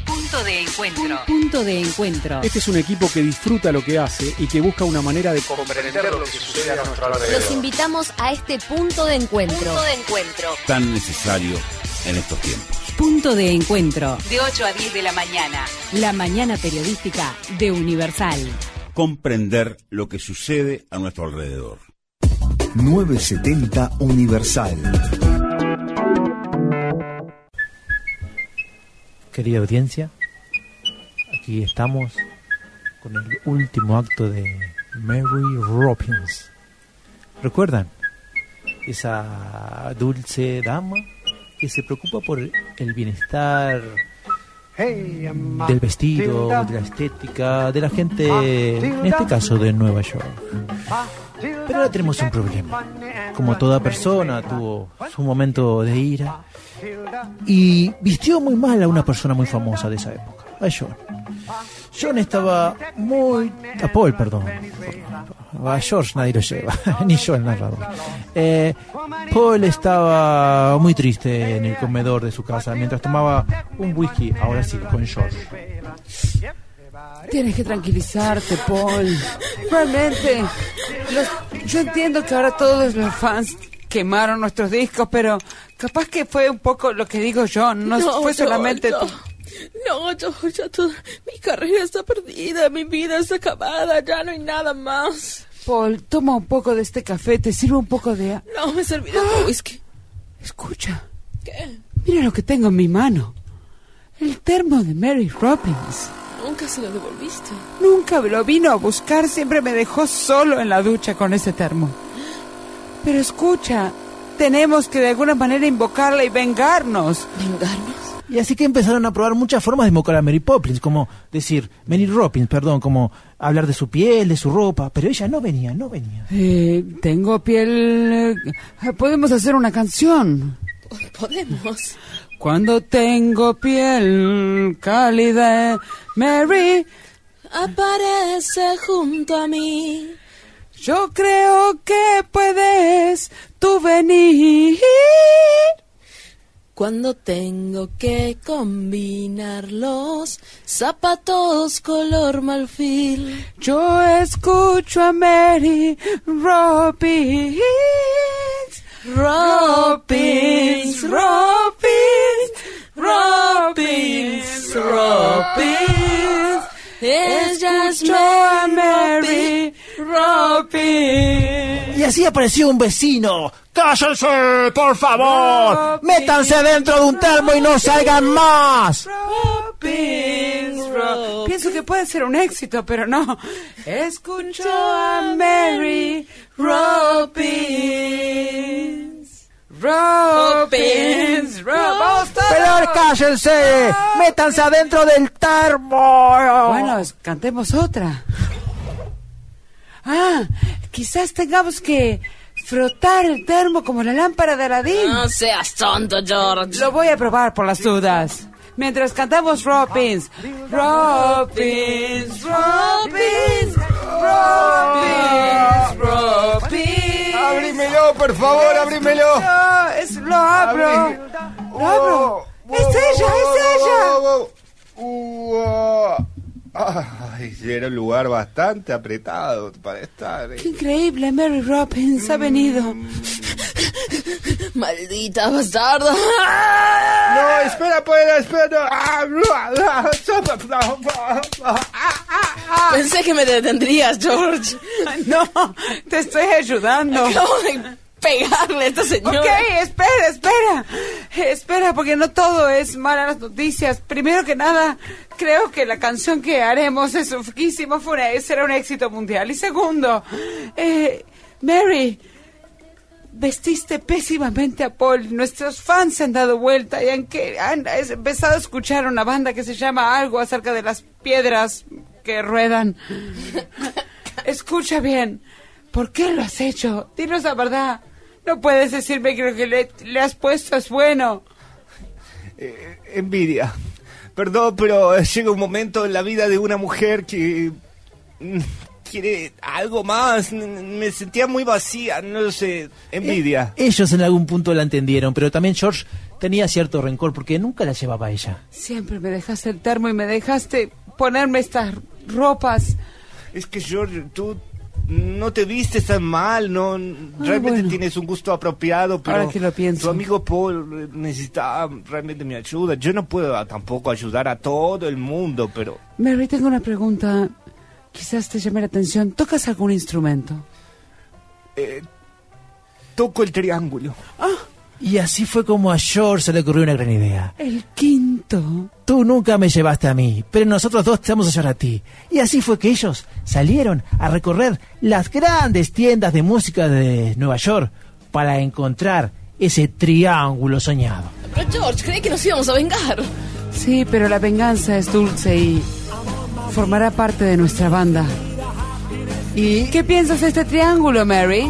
[SPEAKER 33] Punto de encuentro.
[SPEAKER 13] Punto de encuentro.
[SPEAKER 34] Este es un equipo que disfruta lo que hace y que busca una manera de
[SPEAKER 32] comprender lo que sucede a nuestro
[SPEAKER 35] Los
[SPEAKER 32] alrededor.
[SPEAKER 35] invitamos a este punto de encuentro.
[SPEAKER 33] Punto de encuentro.
[SPEAKER 2] Tan necesario en estos tiempos.
[SPEAKER 13] Punto de encuentro.
[SPEAKER 33] De 8 a 10 de la mañana.
[SPEAKER 13] La mañana periodística de Universal.
[SPEAKER 2] Comprender lo que sucede a nuestro alrededor.
[SPEAKER 36] 970 Universal.
[SPEAKER 4] Querida audiencia, aquí estamos con el último acto de Mary Robbins. ¿Recuerdan? Esa dulce dama que se preocupa por el bienestar
[SPEAKER 8] Hey, Matilda.
[SPEAKER 4] del vestido, de la estética, de la gente, en este caso de Nueva York. Pero ahora tenemos un problema. Como toda persona tuvo su momento de ira, y vistió muy mal a una persona muy famosa de esa época, a John. John estaba muy... A Paul, perdón. A George nadie lo lleva, [laughs] ni yo el narrador. Eh, Paul estaba muy triste en el comedor de su casa mientras tomaba un whisky, ahora sí, con George.
[SPEAKER 6] Tienes que tranquilizarte, Paul. Realmente, los- yo entiendo que ahora todos los fans quemaron nuestros discos, pero capaz que fue un poco lo que digo yo, no, fue
[SPEAKER 7] George,
[SPEAKER 6] solamente
[SPEAKER 7] [laughs] no.
[SPEAKER 6] tú.
[SPEAKER 7] No, George, ya todo- mi carrera está perdida, mi vida está acabada, ya no hay nada más.
[SPEAKER 6] Paul, toma un poco de este café, te sirve un poco de... a-
[SPEAKER 7] No, me serví de tu whisky.
[SPEAKER 6] Escucha,
[SPEAKER 7] ¿Qué?
[SPEAKER 6] mira lo que tengo en mi mano. El termo de Mary Robbins.
[SPEAKER 7] Nunca se lo devolviste.
[SPEAKER 6] Nunca me lo vino a buscar, siempre me dejó solo en la ducha con ese termo. Pero escucha, tenemos que de alguna manera invocarla y vengarnos.
[SPEAKER 7] ¿Vengarnos?
[SPEAKER 4] Y así que empezaron a probar muchas formas de invocar a Mary Poppins, como decir, Mary Robbins, perdón, como hablar de su piel, de su ropa, pero ella no venía, no venía.
[SPEAKER 6] Eh, tengo piel... eh, Podemos hacer una canción.
[SPEAKER 7] Podemos.
[SPEAKER 6] Cuando tengo piel cálida, Mary,
[SPEAKER 7] Aparece junto a mí.
[SPEAKER 6] yo creo que puedes tú venir.
[SPEAKER 7] Cuando tengo que combinar los zapatos color malfil.
[SPEAKER 6] Yo escucho a Mary Robbins.
[SPEAKER 7] Robbins,
[SPEAKER 6] Robbins, Robbins, Robbins.
[SPEAKER 7] Ella es
[SPEAKER 6] Escucho a Mary Robbins.
[SPEAKER 4] Y así apareció un vecino. ¡Cállense, por favor! ¡Métanse dentro de un termo y no salgan más!
[SPEAKER 6] Pienso que puede ser un éxito, pero no. Escucho a Mary Robbins. Robbins, Robbins.
[SPEAKER 4] ¡Pero cállense! ¡Métanse adentro del termo!
[SPEAKER 6] Bueno, cantemos otra. Ah, quizás tengamos que frotar el termo como la lámpara de Aladín.
[SPEAKER 7] No seas tonto, George.
[SPEAKER 6] Lo voy a probar por las dudas. Mientras cantamos Robbins. Robbins, Robbins, Robbins, Robbins.
[SPEAKER 5] Abrímelo, por favor, abrímelo.
[SPEAKER 6] No, es, lo abro. Lo abro. Es ella, es ella.
[SPEAKER 5] Ay, era un lugar bastante apretado para estar.
[SPEAKER 6] Qué increíble, Mary Robbins ha venido.
[SPEAKER 7] Maldita bastarda.
[SPEAKER 5] No, espera, espera, espera. Ah, bla, bla, sopa, bla, bla, bla.
[SPEAKER 7] Pensé que me detendrías, George.
[SPEAKER 6] [laughs] No, te estoy
[SPEAKER 7] [laughs]
[SPEAKER 6] ayudando.
[SPEAKER 7] Acabo de pegarle a esta señora.
[SPEAKER 6] Ok, espera, espera. Espera, porque no todo es malas noticias. Primero que nada, creo que la canción que haremos es hicimos fue una- será un éxito mundial. Y segundo, eh, Mary, vestiste pésimamente a Paul. Nuestros fans se han dado vuelta y han, que, han es- empezado a escuchar una banda que se llama algo acerca de las piedras que ruedan. Escucha bien, ¿por qué lo has hecho? Dinos la verdad. No puedes decirme que lo que le, le has puesto es bueno.
[SPEAKER 5] Eh, envidia. Perdón, pero eh, llega un momento en la vida de una mujer que mm, quiere algo más. N- n- Me sentía muy vacía, no lo sé. Envidia.
[SPEAKER 4] Ellos en algún punto la entendieron, pero también George tenía cierto rencor porque nunca la llevaba a ella.
[SPEAKER 6] Siempre me dejaste el termo y me dejaste ponerme estas ropas.
[SPEAKER 5] Es que George, tú no te vistes tan mal, no. Realmente
[SPEAKER 6] Ah, bueno.
[SPEAKER 5] tienes un gusto apropiado, pero
[SPEAKER 6] Ahora que lo pienso.
[SPEAKER 5] tu amigo Paul eh, necesitaba realmente mi ayuda. Yo no puedo ah, tampoco ayudar a todo el mundo, pero
[SPEAKER 6] Mary, tengo una pregunta. Quizás te llame la atención. ¿Tocas algún instrumento?
[SPEAKER 5] eh, toco el triángulo.
[SPEAKER 4] Y así fue como a George se le ocurrió una gran idea.
[SPEAKER 6] El quinto.
[SPEAKER 4] Tú nunca me llevaste a mí, pero nosotros dos te vamos a llevar a ti. Y así fue que ellos salieron a recorrer las grandes tiendas de música de Nueva York para encontrar ese triángulo soñado.
[SPEAKER 7] Pero George, creí que nos íbamos a vengar.
[SPEAKER 6] Sí, pero la venganza es dulce y formará parte de nuestra banda. ¿Y qué piensas de este triángulo, Mary?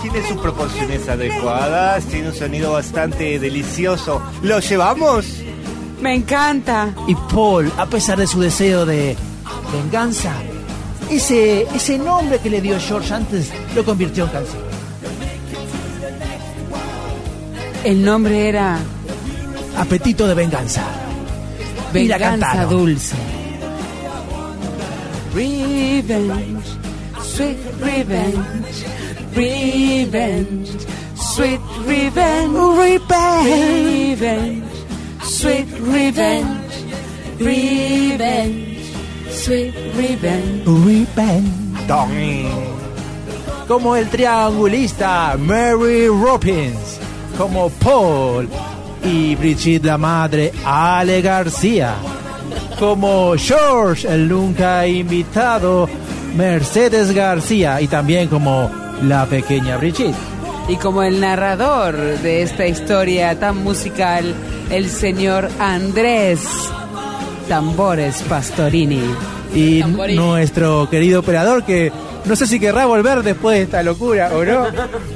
[SPEAKER 5] Tiene sus proporciones adecuadas, tiene un sonido bastante delicioso. ¿Lo llevamos?
[SPEAKER 6] Me encanta.
[SPEAKER 4] Y Paul, a pesar de su deseo de venganza, ese, ese nombre que le dio George antes lo convirtió en canción.
[SPEAKER 6] El nombre era
[SPEAKER 4] Apetito de venganza. Y la
[SPEAKER 6] Venganza
[SPEAKER 4] cantaron.
[SPEAKER 6] Dulce. Revenge, sweet revenge, revenge, sweet revenge, revenge, sweet revenge, revenge, sweet revenge.
[SPEAKER 4] Repent. Como el triangulista Mary Robbins. Como Paul y Brigitte la madre Ale García. Como George, el nunca invitado Mercedes García. Y también como la pequeña Brigitte.
[SPEAKER 6] y como el narrador de esta historia tan musical, el señor Andrés Tambores Pastorini.
[SPEAKER 4] Y nuestro querido operador que no sé si querrá volver después de esta locura o no.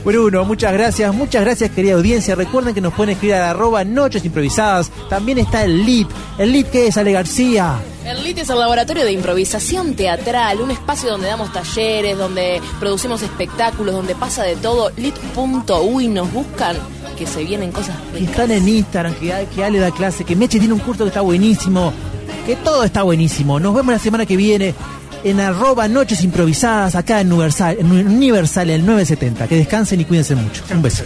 [SPEAKER 4] Bruno, muchas gracias, muchas gracias querida audiencia. Recuerden que nos pueden escribir a arroba noches improvisadas. También está el LIT. ¿El LIT que es Ale García?
[SPEAKER 13] El LIT es el laboratorio de improvisación teatral, un espacio donde damos talleres, donde producimos espectáculos, donde pasa de todo. Lit.uy nos buscan que se vienen cosas
[SPEAKER 4] Que están en Instagram, que, que Ale da clase, que Meche tiene un curso que está buenísimo. Que todo está buenísimo. Nos vemos la semana que viene en arroba noches improvisadas acá en Universal, en Universal el 970. Que descansen y cuídense mucho. Un beso.